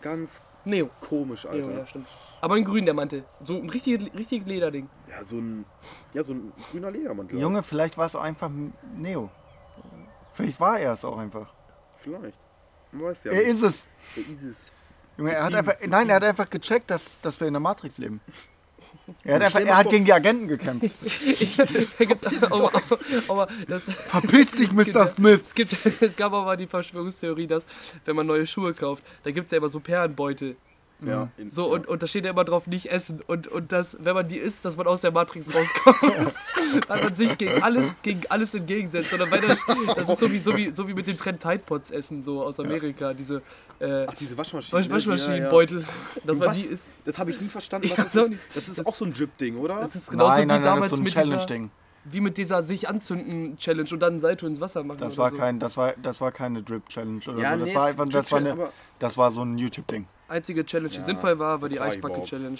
Ganz
Neo.
Komisch,
Neo,
Alter.
ja, stimmt. Aber in grün der Mantel. So ein richtiges richtig Lederding.
Ja, so ein, ja, so ein grüner Ledermantel.
Junge, vielleicht war es auch einfach Neo. Vielleicht war er es auch einfach.
Vielleicht. Man weiß ja.
Er
nicht.
ist es.
Er ist es.
Junge, er hat einfach, nein, er hat einfach gecheckt, dass, dass wir in der Matrix leben. Er hat, einfach,
stell dir
er hat
vor-
gegen die Agenten gekämpft.
Ich, da gibt's, aber, aber das,
Verpiss dich,
gibt ja-
Mr. Smith!
es, gibt, es gab aber die Verschwörungstheorie, dass wenn man neue Schuhe kauft, da gibt es ja immer so Perlenbeutel.
Ja. In,
So, und, und da steht ja immer drauf, nicht essen. Und, und das, wenn man die isst, dass man aus der Matrix rauskommt. Weil man sich gegen alles, gegen alles entgegensetzt. Sondern weil das, das ist so wie, so, wie, so wie mit dem Trend Tide Pods essen, so aus Amerika. Diese äh,
Ach, diese Waschmaschine.
Wasch-
ne?
Waschmaschinenbeutel, dass man
Was?
die isst.
Das habe ich nie verstanden.
Ich
Was
weiß
das,
auch
ist.
nicht.
das ist
Das-
auch so ein Jip-Ding, oder?
Das ist genauso
Nein, nein,
wie
nein, das
damals
ist so ein
mit dieser,
Challenge-Ding.
wie mit dieser sich anzünden Challenge und dann ein Salto ins Wasser machen.
Das
oder
war
so.
kein, das war, das war keine Drip-Challenge oder
Ja,
so. Das
nee,
war
es-
einfach, das war, eine,
aber-
das war so ein YouTube-Ding.
Einzige Challenge, die
Ja,
sinnvoll war, war
das
die
war
Eisbacke
überhaupt.
Challenge.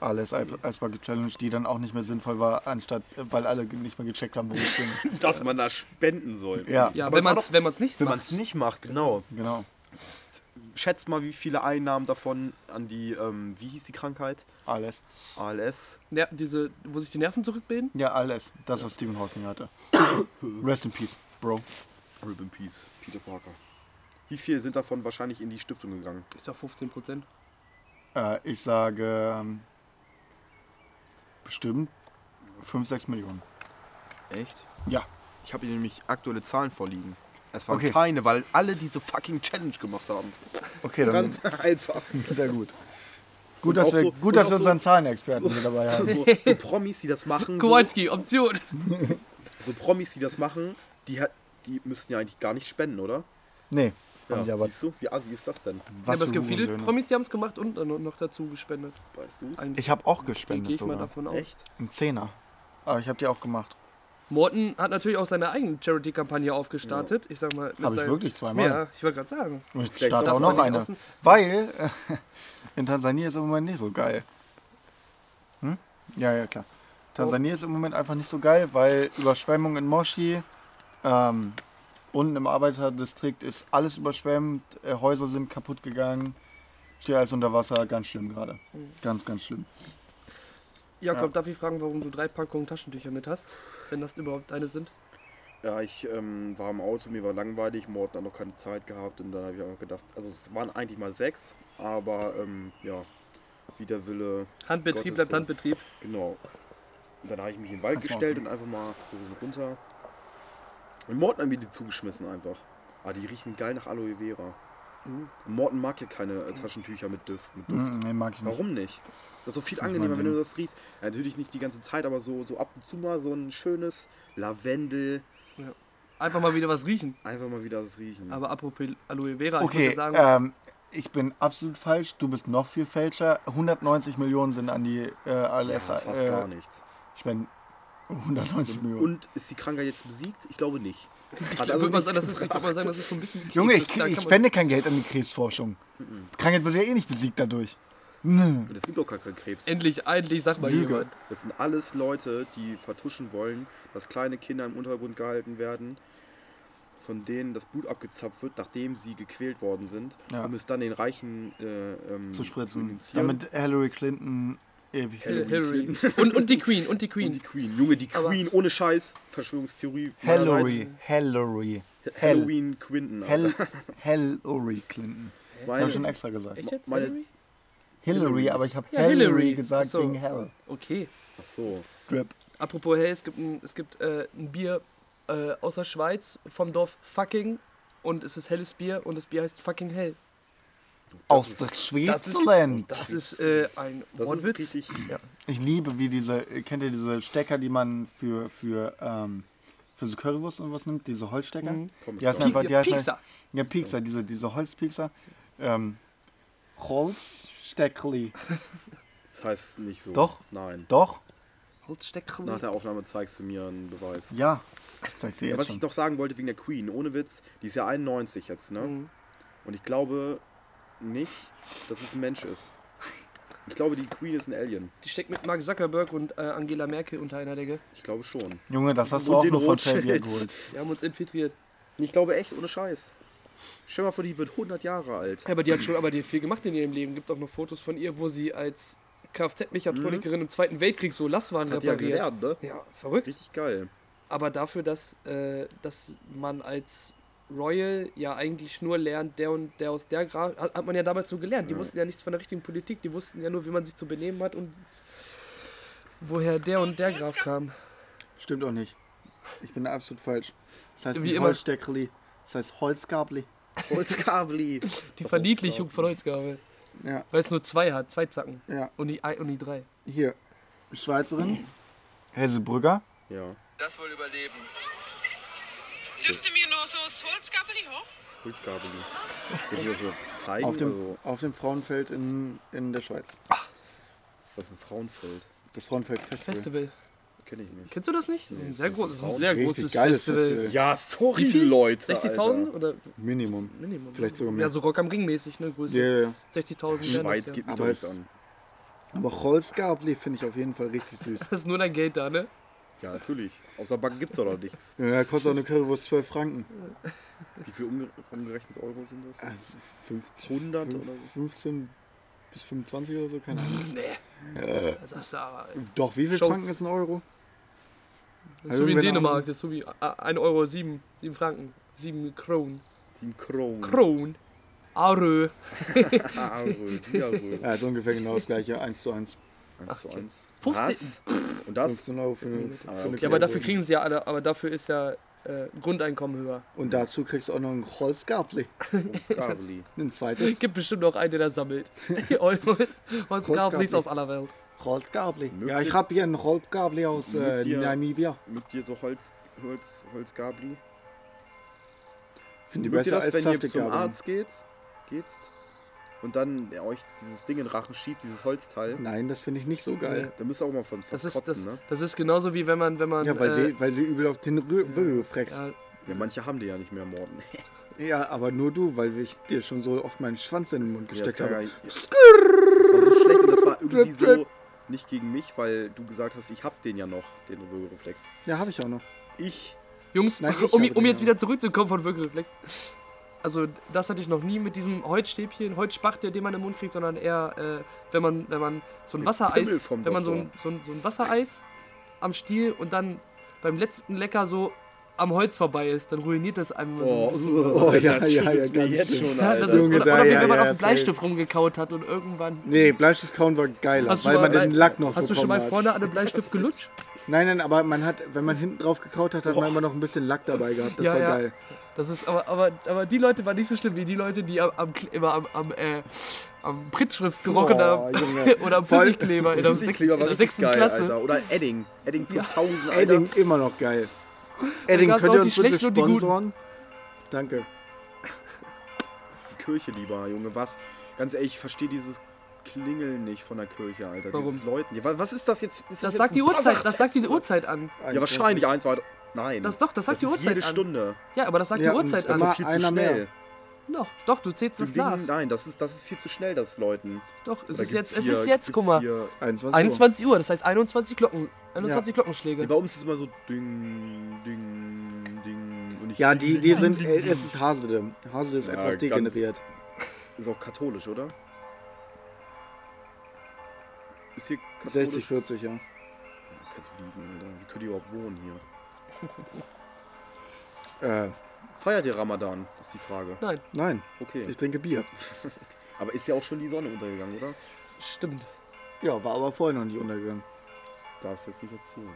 Alles Eisbacke-Challenge, die dann auch nicht mehr sinnvoll war, anstatt, weil alle nicht mehr gecheckt haben, wo es ging.
dass man da spenden soll.
Ja,
Ja,
Aber
wenn
es war
man es wenn man's nicht
Wenn man
macht.
es nicht macht, genau.
genau.
Schätzt mal, wie viele Einnahmen davon an die, ähm, wie hieß die Krankheit?
Alles.
ALS.
Ja, diese, wo sich die Nerven zurückbilden.
Ja, alles. Das, was Stephen Hawking hatte. Rest in peace, Bro.
Rip in Peace, Peter Parker. Wie viel sind davon wahrscheinlich in die Stiftung gegangen?
Ich sag 15 Prozent.
Äh, ich sage ähm, bestimmt 5, 6 Millionen.
Echt?
Ja.
Ich habe hier nämlich aktuelle Zahlen vorliegen. Es waren
Okay.
keine, weil alle diese fucking Challenge gemacht haben.
Okay, dann
Ähm. Ganz einfach.
sehr gut. Gut, dass
auch
wir,
so- und
gut, dass
auch
wir
so-
unseren Zahlenexperten hier dabei
So,
haben.
so, Promis, die das machen. So,
Kowalski, Option.
so Promis, die das machen, die, hat- die müssten ja eigentlich gar nicht spenden, oder?
Nee, haben
Ja,
sie aber.
siehst du, wie assi ist das denn?
Ja, aber es
für
gibt viele
Hurensöhne.
Promis, die haben es gemacht und dann noch dazu gespendet.
Weißt du es?
Eigentlich
Ich habe auch
gehe
gespendet
ich mal
sogar.
davon aus.
Echt?
Ein Zehner. Aber ich habe die auch gemacht.
Morten hat natürlich auch seine eigene Charity-Kampagne aufgestartet. Ich sag mal, mit
Habe ich
seinem-
wirklich zweimal.
Ja, ich wollte gerade sagen.
Und ich
Vielleicht
starte
darf
auch
man
noch
nicht
eine.
außen-
Weil äh, in Tansania ist im Moment nicht so geil. Hm? Ja, ja, klar. Tansania ist im Moment einfach nicht so geil, weil Überschwemmung in Moshi, ähm, unten im Arbeiterdistrikt ist alles überschwemmt, äh, Häuser sind kaputt gegangen, steht alles unter Wasser, ganz schlimm gerade.
Mhm.
Ganz, ganz schlimm.
Jakob,
Ja.
darf ich fragen, warum du drei Packungen Taschentücher mit hast? Wenn das überhaupt deine sind.
Ja, ich ähm, war im Auto, mir war langweilig, Morten hat noch keine Zeit gehabt und dann habe ich auch gedacht, also es waren eigentlich mal sechs, aber ähm, ja, wie der Wille,
Handbetrieb
Gottes
bleibt
Willen.
Handbetrieb.
genau. Und dann habe ich mich in den Wald
Das war
gestellt und einfach mal so ein bisschen runter. Und Morten hat mir die zugeschmissen einfach. Ah, die riechen geil nach Aloe Vera. Und Morten mag ja keine äh, Taschentücher mit Duft. Mit Duft.
Hm, nee, mag ich nicht.
Warum nicht? Das ist so viel
ist nicht
angenehmer,
mein
wenn du das riechst. Ja, natürlich nicht die ganze Zeit, aber so, so ab und zu mal so ein schönes Lavendel.
Einfach mal wieder was riechen.
Einfach mal wieder das Riechen.
Aber apropos Aloe Vera, Ah, ich muss
Okay,
ja sagen,
ähm, ich bin absolut falsch, du bist noch viel fälscher. 190 Millionen sind an die äh,
ja,
ALS.
fast
äh,
gar nichts.
Spenden. 190 Millionen.
Und ist die Krankheit jetzt besiegt? Ich glaube nicht. Hat also
ich würde mal
nichts
sagen, das ist, ich
gebracht.
würd mal sagen, das ist so ein bisschen.
Junge,
Krebs,
ich,
da
ich
kann man-
spende kein Geld an die Krebsforschung. Krankheit wird ja eh nicht besiegt dadurch. Nö.
Und es gibt doch gar keinen Krebs.
Endlich, endlich, sag mal
Lüge.
jemand.
Das sind alles Leute, die vertuschen wollen, dass kleine Kinder im Untergrund gehalten werden, von denen das Blut abgezapft wird, nachdem sie gequält worden sind,
Ja.
um es dann den Reichen äh, ähm,
Zu spritzen.
injizieren.
Damit Hillary Clinton ewig.
Hillary
Hillary. Und, und Äh, die Queen, und die
Und
Queen.
die Queen. Junge, die
Aber-
Queen ohne Scheiß. Verschwörungstheorie. meinerseits.
Hillary. Hillary. Hell.
Halloween Quinton.
Hell. Hillary Clinton. Ich
Meine,
habe schon extra gesagt.
Echt jetzt?
Meine-
Hillary?
Hillary, aber ich habe
Ja,
Hillary,
Hillary.
gesagt
Ach so.
wegen Hell.
Okay.
ach so.
Drip.
Apropos, hey, es gibt ein, es gibt, äh, ein Bier äh, aus der Schweiz vom Dorf Fucking und es ist helles Bier und das Bier heißt Fucking Hell.
Aus der Schweizerland.
Das ist äh, ein
Das
Wortwitz.
ist richtig.
Ich liebe, wie diese, kennt ihr diese Stecker, die man für, für, ähm, für so Currywurst und was nimmt? Diese Holzstecker?
Mhm.
Die heißen
Pi-
einfach, die heißen,
Piekser.
Ja, Piekser, diese, diese Holzpiekser. Ähm, Holzsteckli.
Das heißt nicht so.
Doch.
Nein.
Doch?
Holzstecken.
Nach der Aufnahme zeigst du mir einen Beweis.
Ja. Ich zeig's dir
Ja,
jetzt
was
schon.
ich noch sagen wollte wegen der Queen, ohne Witz, die ist ja 91 jetzt, ne?
Mhm.
Und ich glaube nicht, dass es ein Mensch ist. Ich glaube, die Queen ist ein Alien.
Die steckt mit Mark Zuckerberg und äh, Angela Merkel unter einer Decke.
Ich glaube schon.
Junge, das hast du
Und
auch
den
nur von
Rothschilds.
Shelby geholt.
Die haben uns infiltriert.
Ich glaube echt, ohne Scheiß. Stell dir mal vor, die wird 100 Jahre alt.
Ja, aber die hat schon, aber die hat viel gemacht in ihrem Leben. Gibt auch noch Fotos von ihr, wo sie als Kfz-Mechatronikerin im Zweiten Weltkrieg so Lastwagen
Mhm. Das hat die ja
repariert.
gelernt, ne?
ja, verrückt.
Richtig geil.
Aber dafür, dass, äh, dass man als Royal ja eigentlich nur lernt, der und der aus der Graf, hat, hat man ja damals so gelernt. Die wussten ja nichts von der richtigen Politik, die wussten ja nur, wie man sich zu benehmen hat und woher der und der Graf kam.
Stimmt auch nicht. Ich bin da absolut falsch. Das heißt
Wie
nicht
immer.
Holzsteckerli. Das heißt Holzgabli.
Holzkabli.
Die Verniedlichung von Holzgabel.
Ja.
Weil es nur zwei hat, zwei Zacken.
Ja,
Und die, ein- und die drei.
hier. Schweizerin.
Helsebrügger.
ja.
Das wohl überleben.
Dürfte mir noch so das Holzgabeli hoch?
Holzkabli. Kannst du das mal zeigen?
Auf dem,
also,
auf dem Frauenfeld in, in der Schweiz.
das ist ein Frauenfeld.
Das Frauenfeld Festival.
Festival.
Kenne ich nicht.
Kennst du das nicht? ein sehr großes, das ist ein sehr
Richtig
großes
geiles
Festival.
Festival.
Ja, sorry,
Wie viel?
Leute.
60.000 oder
Minimum.
Minimum?
Vielleicht sogar mehr.
Ja, so Rock am Ring mäßig, ne? Größe.
Ja, ja, ja.
60.000
Alter.
wären das,
Schweiz
ja.
geht mich
Aber
doch
es-
nicht an.
Aber Holzgabli finde ich auf jeden Fall richtig süß.
Das ist nur dein Geld da, ne?
Ja, natürlich. Außer Backen gibt's doch noch nichts.
Ja, da kostet auch eine Currywurst 12 Franken.
Wie viel umge umgerechnet Euro sind das?
Also 50,
100
fünf-
oder so?
15 bis 25 oder so, keine Ahnung. Äh.
Das ist ja.
Doch, wie viel
Scholz.
Franken ist ein Euro?
Das ist
Also
so wie in
wenn
Dänemark,
man-
das ist so wie 1 Euro, 7, 7 Franken, 7 Kronen.
Team Kron.
Kronen. Arö.
Arö, Diarö.
Ja, ist ungefähr genau das gleiche, 1 zu 1.
1 zu 1.
15.
Was? Und das?
15 Euro für eine, für eine
Ja, aber dafür
Currywurst.
kriegen sie ja alle, aber dafür ist ja äh, Grundeinkommen höher.
Und dazu kriegst du auch noch ein Holzgabli.
Holzkabli.
Ein zweites
Es gibt bestimmt noch einen, der das sammelt. Und kauft nichts aus aller Welt.
Holzgabli.
Mögt
Ja, ich
ihr-
habe hier ein Holzgabli aus äh,
Mögt ihr-
Namibia.
Mögt ihr so Holz, Holz, Holzgabli?
Finde ich
Mögt ihr
besser
das,
als
wenn ihr zum
Plastikgabeln.
Arzt geht, geht und dann er euch dieses Ding in den Rachen schiebt, dieses Holzteil?
Nein, das finde ich nicht so geil.
Da müsst ihr auch mal von
Das
fast
ist, das,
kotzen, ne?
das ist genauso wie wenn man, wenn man.
Ja, weil,
äh,
sie, weil sie übel auf den Rü- Wirbel freckst.
ja,
Ja, manche haben die ja nicht mehr, Morden.
Ja, aber nur du, weil ich dir schon so oft meinen Schwanz in den Mund
Ja, das
gesteckt
kann gar
habe.
nicht- das war so schlecht und das war irgendwie so nicht gegen mich, weil du gesagt hast, ich hab den ja noch, den Röhreflex.
Ja, habe ich auch noch.
Ich,
Jungs,
Nein, ich
um,
habe
um
den
jetzt
ja.
wieder zurückzukommen von Wirkreflex. Also, das hatte ich noch nie mit diesem Holzstäbchen, Holzspachtel, den man im Mund kriegt, sondern eher, äh, wenn man, wenn man so ein
Mit
Wassereis,
Pimmel vom
wenn man so ein,
Doktor.
so, ein, so ein Wassereis am Stiel und dann beim letzten Lecker so am Holz vorbei ist, dann ruiniert das einem. so ein bisschen.
oh, ja,
das
ja, ja,
schüttelt mir
ganz
jetzt
schlimm.
schon,
Ja,
Alter.
das ist,
Junge,
oder,
da,
oder wie
ja,
wenn man
ja,
auf den
safe.
Bleistift rumgekaut hat und irgendwann.
Nee, Bleistiftkauen war geiler,
Hast du
weil
schon
man
mal-
den Lack noch
Hast du
bekommen
schon mal
hat.
vorne an einem Bleistift gelutscht?
Nein, nein, aber man hat, wenn man hinten drauf gekaut hat, hat man immer noch ein bisschen Lack dabei gehabt. Das
Ja,
war
ja.
geil.
Das ist aber, aber, aber die Leute waren nicht so schlimm wie die Leute, die am, am Kle- immer am, am, äh, am Prittschrift gerochen
Boah,
haben.
Junge.
Oder am
Voll-
Flüssigkleber in der, sechs, in
Musikleber war
der
richtig
sechsten
geil,
Klasse.
Alter. Oder Edding. Edding 5000, Alter.
Edding immer noch geil. Edding,
gab's
könnt
auch
ihr
die
uns bitte
schlechten und die guten.
sponsoren? Danke.
Die Kirche lieber, Junge, was? Ganz ehrlich, ich verstehe dieses Klingeln nicht von der Kirche, Alter.
Warum?
Dieses Läuten. Ja, wa- was ist das jetzt? Ist
Das
jetzt
sagt
ein
die Uhrzeit, das
Buzzerfest?
sagt die Uhrzeit an.
Ja, wahrscheinlich eins, zwei, drei. Nein.
Das doch, das sagt die
ist
Uhrzeit
jede
an.
Stunde.
Ja, aber das sagt
Ja,
die
und es
Uhrzeit
ist
Also
Immer
an.
viel zu
einer
schnell.
mehr.
Doch, doch, du zählst das nach.
Ding, nein, das ist, das ist viel zu schnell, das Läuten.
Doch, es
Oder
ist jetzt,
gibt's
es
hier-
ist jetzt,
gibt's
guck mal.
hier-
21.
21 Uhr, das heißt 21 Glocken. 21 Glockenschläge.
Ja, bei uns ist es immer so ding, ding, ding. Und ich,
Ja, die, die sind, äh, es ist Hasede. Hasede ist
Ja,
etwas
ganz-
degeneriert.
ist auch katholisch, oder? Ist hier katholisch?
60, 40, ja.
Katholiken, Alter. Wie können die überhaupt wohnen hier?
Äh,
Feiert ihr Ramadan, ist die Frage.
Nein,
nein,
Okay.
ich trinke Bier.
Aber ist ja auch schon die Sonne untergegangen, oder?
stimmt.
Ja, war aber vorher noch nicht untergegangen.
Darfst jetzt nicht erzählen.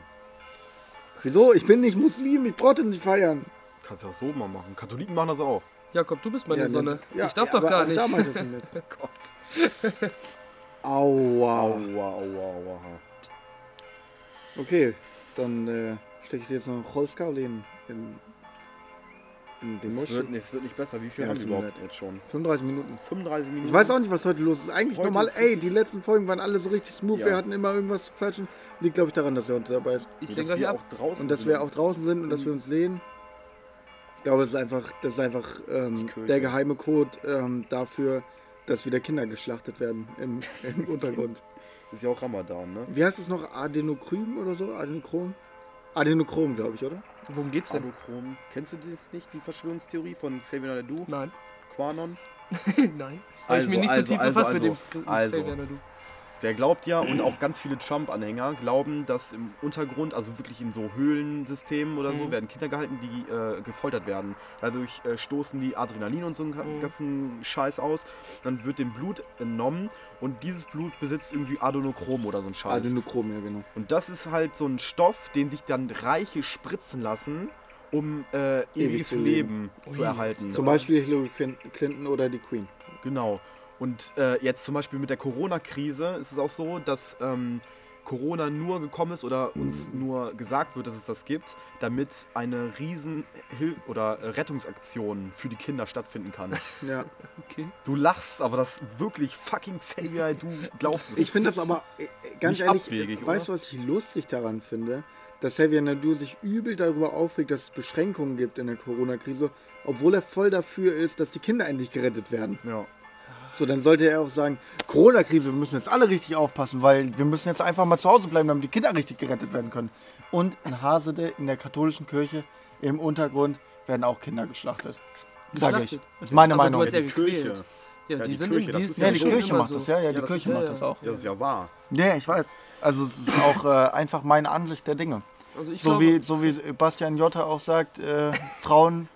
Wieso? Ich bin nicht Muslim, ich brauchte nicht feiern.
Kannst du auch so mal machen. Katholiken machen das auch.
Jakob, du bist meine
Ja,
Sonne.
das- ja,
ich darf
ja,
doch
aber
gar
auch
nicht.
Da meinte ich es nicht mit.
Gott.
Aua.
Aua, aua, aua.
Okay, dann äh, stecke ich dir jetzt noch ein Holzkabel in, in, in den
Es wird,
Muschel.
nee, es wird nicht besser. Wie viel
Ja,
haben
ist
wir
mir
überhaupt
leid.
jetzt schon?
35 Minuten.
35 Minuten.
Ich weiß auch nicht, was heute los ist. Eigentlich
Heute
normal,
ist
ey, die letzten Folgen waren alle so richtig smooth. Wir
Ja.
hatten immer irgendwas zu quatschen. Liegt, glaube ich, daran, dass er heute dabei ist.
Ich
Und
denke
dass
gleich
wir
ab.
auch draußen
Und dass
sind.
wir auch draußen sind und dass wir uns sehen. Ich glaube, das ist einfach, das ist einfach ähm,
Kirche.
der geheime Code ähm, dafür, dass wieder Kinder geschlachtet werden im, im Untergrund.
Ist ja auch Ramadan, ne?
Wie heißt es noch? Adenokrim oder so? Adenochrom? Adenochrom, glaube ich, oder?
Worum geht's denn?
Adokrom. Kennst du das nicht, die Verschwörungstheorie von Xavier Nadu?
Nein.
Quanon?
Nein. Weil ich
Also,
mich nicht
also,
so tief
also,
befasst
also,
mit dem
also.
Xavier Nadu.
Der glaubt ja und auch ganz viele Trump-Anhänger glauben, dass im Untergrund, also wirklich in so Höhlensystemen oder so,
Mhm.
werden Kinder gehalten, die äh, gefoltert werden. Dadurch äh, stoßen die Adrenalin und so einen ga-
Mhm.
ganzen Scheiß aus. Dann wird dem Blut entnommen und dieses Blut besitzt irgendwie Adenochrom oder so ein Scheiß.
Adenochrom, ja genau.
und das ist halt so ein Stoff, den sich dann Reiche spritzen lassen, um äh, ewiges
zu
Leben,
leben.
zu
Ui.
erhalten.
Zum Beispiel Hillary Clin- Clinton oder die Queen.
Genau. Und äh, jetzt zum Beispiel mit der Corona-Krise ist es auch so, dass ähm, Corona nur gekommen ist oder uns
Mhm.
nur gesagt wird, dass es das gibt, damit eine riesen Hil oder äh, Rettungsaktion für die Kinder stattfinden kann.
Ja.
Okay.
Du lachst, aber das wirklich fucking Xavier, du glaubst es.
Ich finde das aber, äh, äh, ganz
Nicht
ehrlich,
abwegig, oder?
weißt du, was ich lustig daran finde? Dass Xavier Nadu sich übel darüber aufregt, dass es Beschränkungen gibt in der Corona-Krise, obwohl er voll dafür ist, dass die Kinder endlich gerettet werden.
ja.
So, dann sollte er auch sagen,
Corona-Krise, wir müssen jetzt alle richtig aufpassen, weil wir müssen jetzt einfach mal zu Hause bleiben, damit die Kinder richtig gerettet werden können. Und in Hasede, in der katholischen Kirche, im Untergrund, werden auch Kinder geschlachtet. Sag ich.
Geschlachtet?
Ist meine
Aber du
Meinung.
hast ja
Ja,
die
gequält.
Kirche.
Ja,
Ja,
Genau, die,
die
sind
Kirche,
im-
das
die
ist
ist
ja
die
schon
Kirche
immer
macht
so.
das, ja, ja, die
Ja, das
Kirche
ist-
macht das auch.
Das ist ja wahr.
Ja, ich weiß. Also es ist auch äh, einfach meine Ansicht der Dinge.
Also ich
So
glaube,
wie, so wie Bastian Jotta auch sagt, äh, Frauen,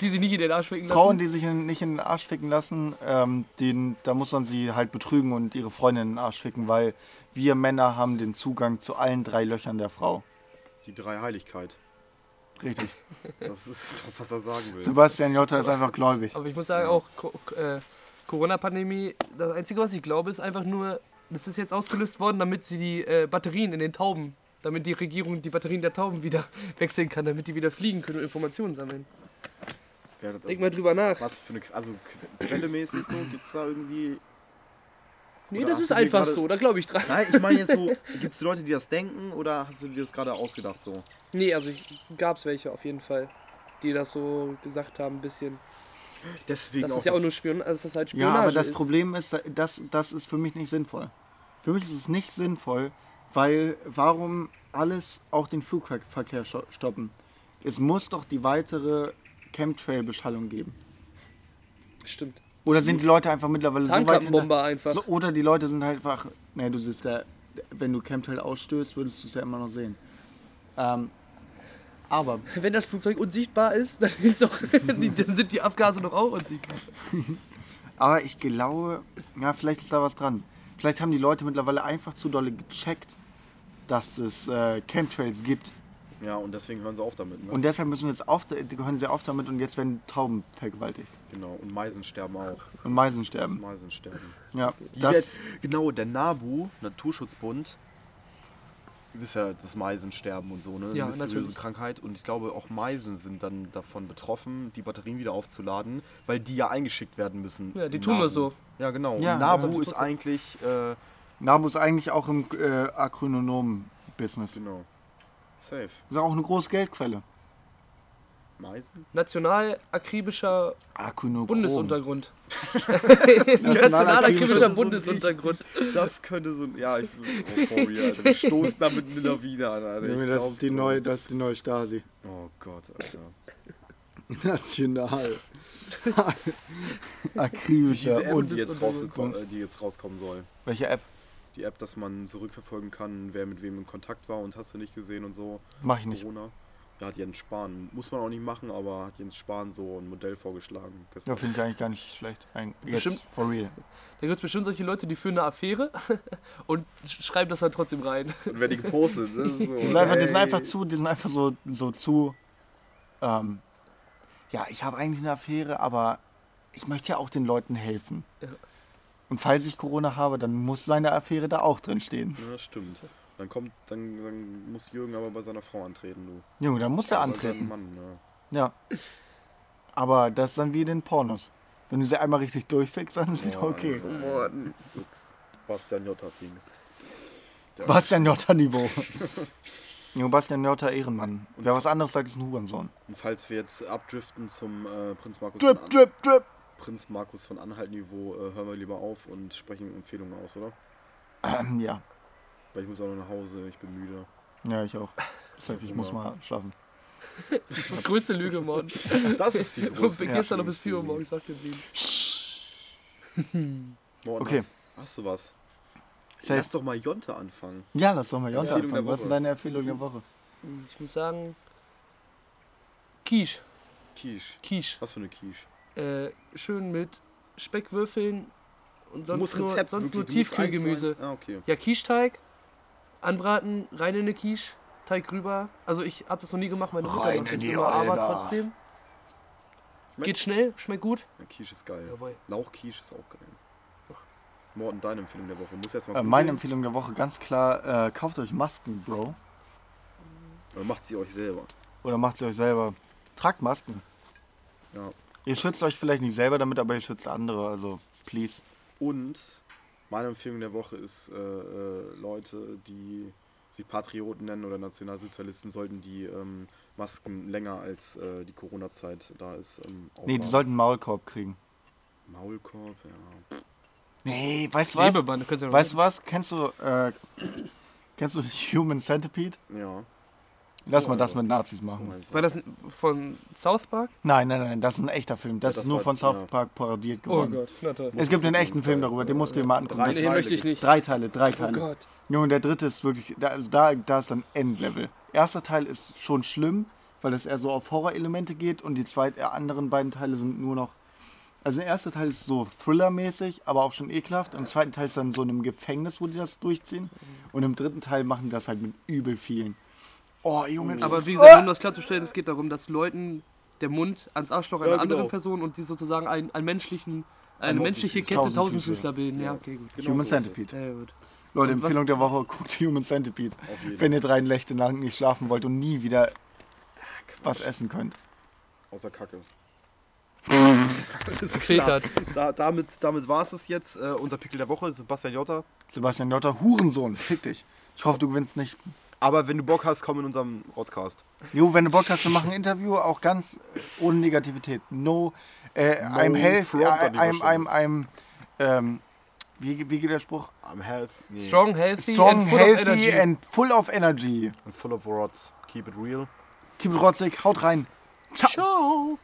die sich nicht in den Arsch schwingen lassen.
Frauen, die sich in, nicht in den Arsch ficken lassen, ähm, den, da muss man sie halt betrügen und ihre Freundin in den Arsch ficken, weil wir Männer haben den Zugang zu allen drei Löchern der Frau.
Die Dreiheiligkeit.
Richtig.
Das ist doch, was er sagen will.
Sebastian Jotta ist einfach gläubig.
Aber ich muss sagen, auch Co äh, Corona-Pandemie, das Einzige, was ich glaube, ist einfach nur, das ist jetzt ausgelöst worden, damit sie die äh, Batterien in den Tauben, damit die Regierung die Batterien der Tauben wieder wechseln kann, damit die wieder fliegen können und Informationen sammeln.
Wer hat-
Denk mal drüber nach.
Was für eine, Que- also quellemäßig so, gibt es da irgendwie
Nee,
Oder
das
hast
ist
du dir
einfach
gerade-
so, da glaube ich dran.
Nein, ich meine jetzt so, gibt es Leute, die das denken oder hast du dir das gerade ausgedacht so?
Nee, also ich, gab's welche auf jeden Fall, die das so gesagt haben, ein bisschen.
Deswegen
Das ist ja auch nur Spion also das ist halt
Ja,
Spionage.
aber das
ist.
Problem ist, das, das ist für mich nicht sinnvoll. Für mich ist es nicht sinnvoll, weil warum alles auch den Flugverkehr scho- stoppen? Es muss doch die weitere Chemtrail-Beschallung geben.
Stimmt.
Oder sind die Leute einfach mittlerweile so weit hinter-
Tankklappenbomber einfach.
So, oder die Leute sind halt einfach. Ne, du sitzt da. Wenn du Chemtrail ausstößt, würdest du es ja immer noch sehen. Ähm, aber
Wenn das Flugzeug unsichtbar ist, dann, ist doch, dann sind die Abgase doch auch unsichtbar.
Aber ich glaube, ja, vielleicht ist da was dran. Vielleicht haben die Leute mittlerweile einfach zu dolle gecheckt, dass es äh, Chemtrails gibt.
Ja, und deswegen hören sie auf damit. Ne?
Und deshalb müssen jetzt auf, hören sie auf damit und jetzt werden Tauben vergewaltigt.
genau, und Meisen sterben auch.
Und Meisen
Das
sterben.
Meisen sterben.
Ja,
Die
das,
werden- genau, der NABU, Naturschutzbund, ihr wisst ja, das Meisensterben und so, ne? Eine
Ja,
mysteriöse
natürlich.
Krankheit. Und ich glaube, auch Meisen sind dann davon betroffen, die Batterien wieder aufzuladen, weil die ja eingeschickt werden müssen.
Ja, also die
im
tun wir
NABU.
so.
Ja, genau.
Ja,
und NABU
ja.
ist eigentlich, äh,
Nabu ist eigentlich auch im äh, Akronomen-Business.
genau, safe.
Ist auch eine große Geldquelle.
Meisen?
National akribischer
Akronomen.
Bundesuntergrund.
National
National akribischer
akribischer
Bundesuntergrund.
Das könnte so ein. Ja, ich Euphoria, Alter. Wir stoßen da mit einer Lawine an, Alter. Ich
das,
glaub's
ist die
kaum.
neue, das ist die neue Stasi.
Oh Gott, Alter.
National.
Diese
Akribischer
App, die
und
jetzt, rausgekommen, äh, die jetzt rauskommen soll.
Welche App?
Die App, dass man zurückverfolgen kann, wer mit wem in Kontakt war und hast du nicht gesehen und so.
Mach ich nicht.
Corona. Da hat Jens Spahn, muss man auch nicht machen, aber hat Jens Spahn so ein Modell vorgeschlagen.
Ja,
gestern.
finde ich eigentlich gar nicht schlecht. Ein,
Bestimmt.
jetzt, for real.
Da gibt es bestimmt solche Leute, die führen eine Affäre und sch- schreiben das dann trotzdem rein.
Und wenn die gepostet, das ist so.
Die sind einfach, die sind
ey.
einfach zu, die sind einfach so, so zu. Ähm, ja, ich habe eigentlich eine Affäre, aber ich möchte ja auch den Leuten helfen.
Ja.
Und falls ich Corona habe, dann muss seine Affäre da auch drin stehen.
Ja, stimmt. Dann kommt, dann, dann muss Jürgen aber bei seiner Frau antreten, du.
Junge, dann muss er
Bei seinem
antreten.
Mann, ne?
Ja. Aber das ist dann wie in den Pornos. Wenn du sie einmal richtig durchfickst, dann ist wieder okay.
Bastian Jotta Things.
Bastian Jotta-Niveau. Junge, Bastian Jotta Ehrenmann. Wer was anderes sagt, ist ein Hurensohn.
Und falls wir jetzt abdriften zum äh, Prinz Markus
Drip,
von An
drip, drip.
Prinz Markus von Anhalt Niveau, äh, hören wir lieber auf und sprechen Empfehlungen aus, oder?
Ähm, ja.
Weil ich muss auch noch nach Hause, ich bin müde.
Ja, ich auch. Safe, ich
Genau.
muss mal schlafen.
Größte Lüge morgen.
Das ist die
Und
große.
bin gestern noch bis 4 Uhr morgens wach geblieben.
Morten,
Okay.
Hast, hast du was?
Safe.
Lass doch mal Jonte anfangen.
Ja, lass doch mal Jonte
Empfehlung
anfangen.
der
Was ist
Woche.
deine Empfehlung der Woche?
Ich muss sagen, Quiche,
Quiche.
Quiche.
Was für eine Quiche?
Äh, schön mit Speckwürfeln und
Du
sonst
musst
nur,
Rezept
sonst nur
wirklich, du musst
Tiefkühlgemüse.
eins zu eins- Ah, okay.
Ja, Quiche-Teig, anbraten, rein in eine Quiche, Teig rüber. Also ich habe das noch nie gemacht, meine Mutter
Rein
macht
in
das
die
immer, aber
Olga.
trotzdem.
Schmeckt-
Geht schnell, schmeckt gut.
Ja, Quiche ist geil.
Jawohl.
Lauchquiche ist auch geil. Morten, deine Empfehlung der Woche. Muss jetzt mal.
Äh,
googeln.
meine Empfehlung der Woche ganz klar: äh, kauft euch Masken, Bro.
Oder macht sie euch selber.
Oder macht sie euch selber. Tragt Masken.
Ja.
Ihr schützt euch vielleicht nicht selber damit, aber ihr schützt andere. Also, please.
Und meine Empfehlung der Woche ist, äh, äh, Leute, die sich Patrioten nennen oder Nationalsozialisten, sollten die ähm, Masken länger als äh, die Corona-Zeit da ist. Ähm,
Nee, die
aufhaben.
sollten einen Maulkorb kriegen.
Maulkorb, ja.
Nee, weißt du was?
Klebeband, könnt ihr noch
Weißt du was? Kennst du, äh, kennst du Human Centipede?
Ja.
Lass
So
mal das
einfach.
mit Nazis machen.
Einfach.
War das von South Park?
Nein, nein, nein, das ist ein echter Film. Das,
Ja, das
ist nur
war-
von South
ja. Oh
Park parodiert geworden.
na toll.
es gibt einen echten Film darüber, den musst du dir mal angucken.
Drei Oh
Das
Nee,
ist-
möchte ich
nicht.
Drei Teile, drei Teile.
Gott.
Junge, der dritte ist wirklich, da, also da, da ist dann Endlevel. Erster Teil ist schon schlimm, weil es eher so auf Horrorelemente geht und die zwei äh, anderen beiden Teile sind nur noch. Also der erste Teil ist so Thriller-mäßig, aber auch schon ekelhaft. Und im zweiten Teil ist dann so in einem Gefängnis, wo die das durchziehen. Und im dritten Teil machen die das halt mit übel vielen. Oh, Junge, das
Aber
ist-
wie gesagt, um das klarzustellen, es geht darum, dass Leuten der Mund ans Arschloch einer
Ja, genau.
anderen Person und die sozusagen einen, einen menschlichen,
Ein
eine
Tausendfüßler.
menschliche Kette
Tausendfüßler.
Tausendfüßler bilden. Ja, okay, gut.
Genau
Human
so ist
Centipede.
Ja, gut.
Leute,
Und was-
Empfehlung der Woche, guckt Human Centipede.
es. Auf jeden
Wenn ihr drei Nächte lang nicht schlafen wollt und nie wieder Ah, was essen könnt.
Außer Kacke.
Gefiltert.
Da, damit damit war es es jetzt. Äh, unser Pickel der Woche, Sebastian Jotta.
Sebastian Jotta, Hurensohn, fick dich. Ich hoffe, du gewinnst nicht.
Aber wenn du Bock hast, komm in unserem Podcast.
Jo, wenn du Bock hast, wir machen ein Interview, auch ganz äh, ohne Negativität. No, äh, I'm health,
front an
I'm,
dieser
I'm,
Stelle.
I'm, I'm, ähm, wie, wie geht der Spruch?
I'm health. Nee.
Strong, healthy,
Strong,
and full of
healthy
energy.
and full of energy.
And full of rods. Keep it real.
Keep it rotzig, haut rein. Ciao.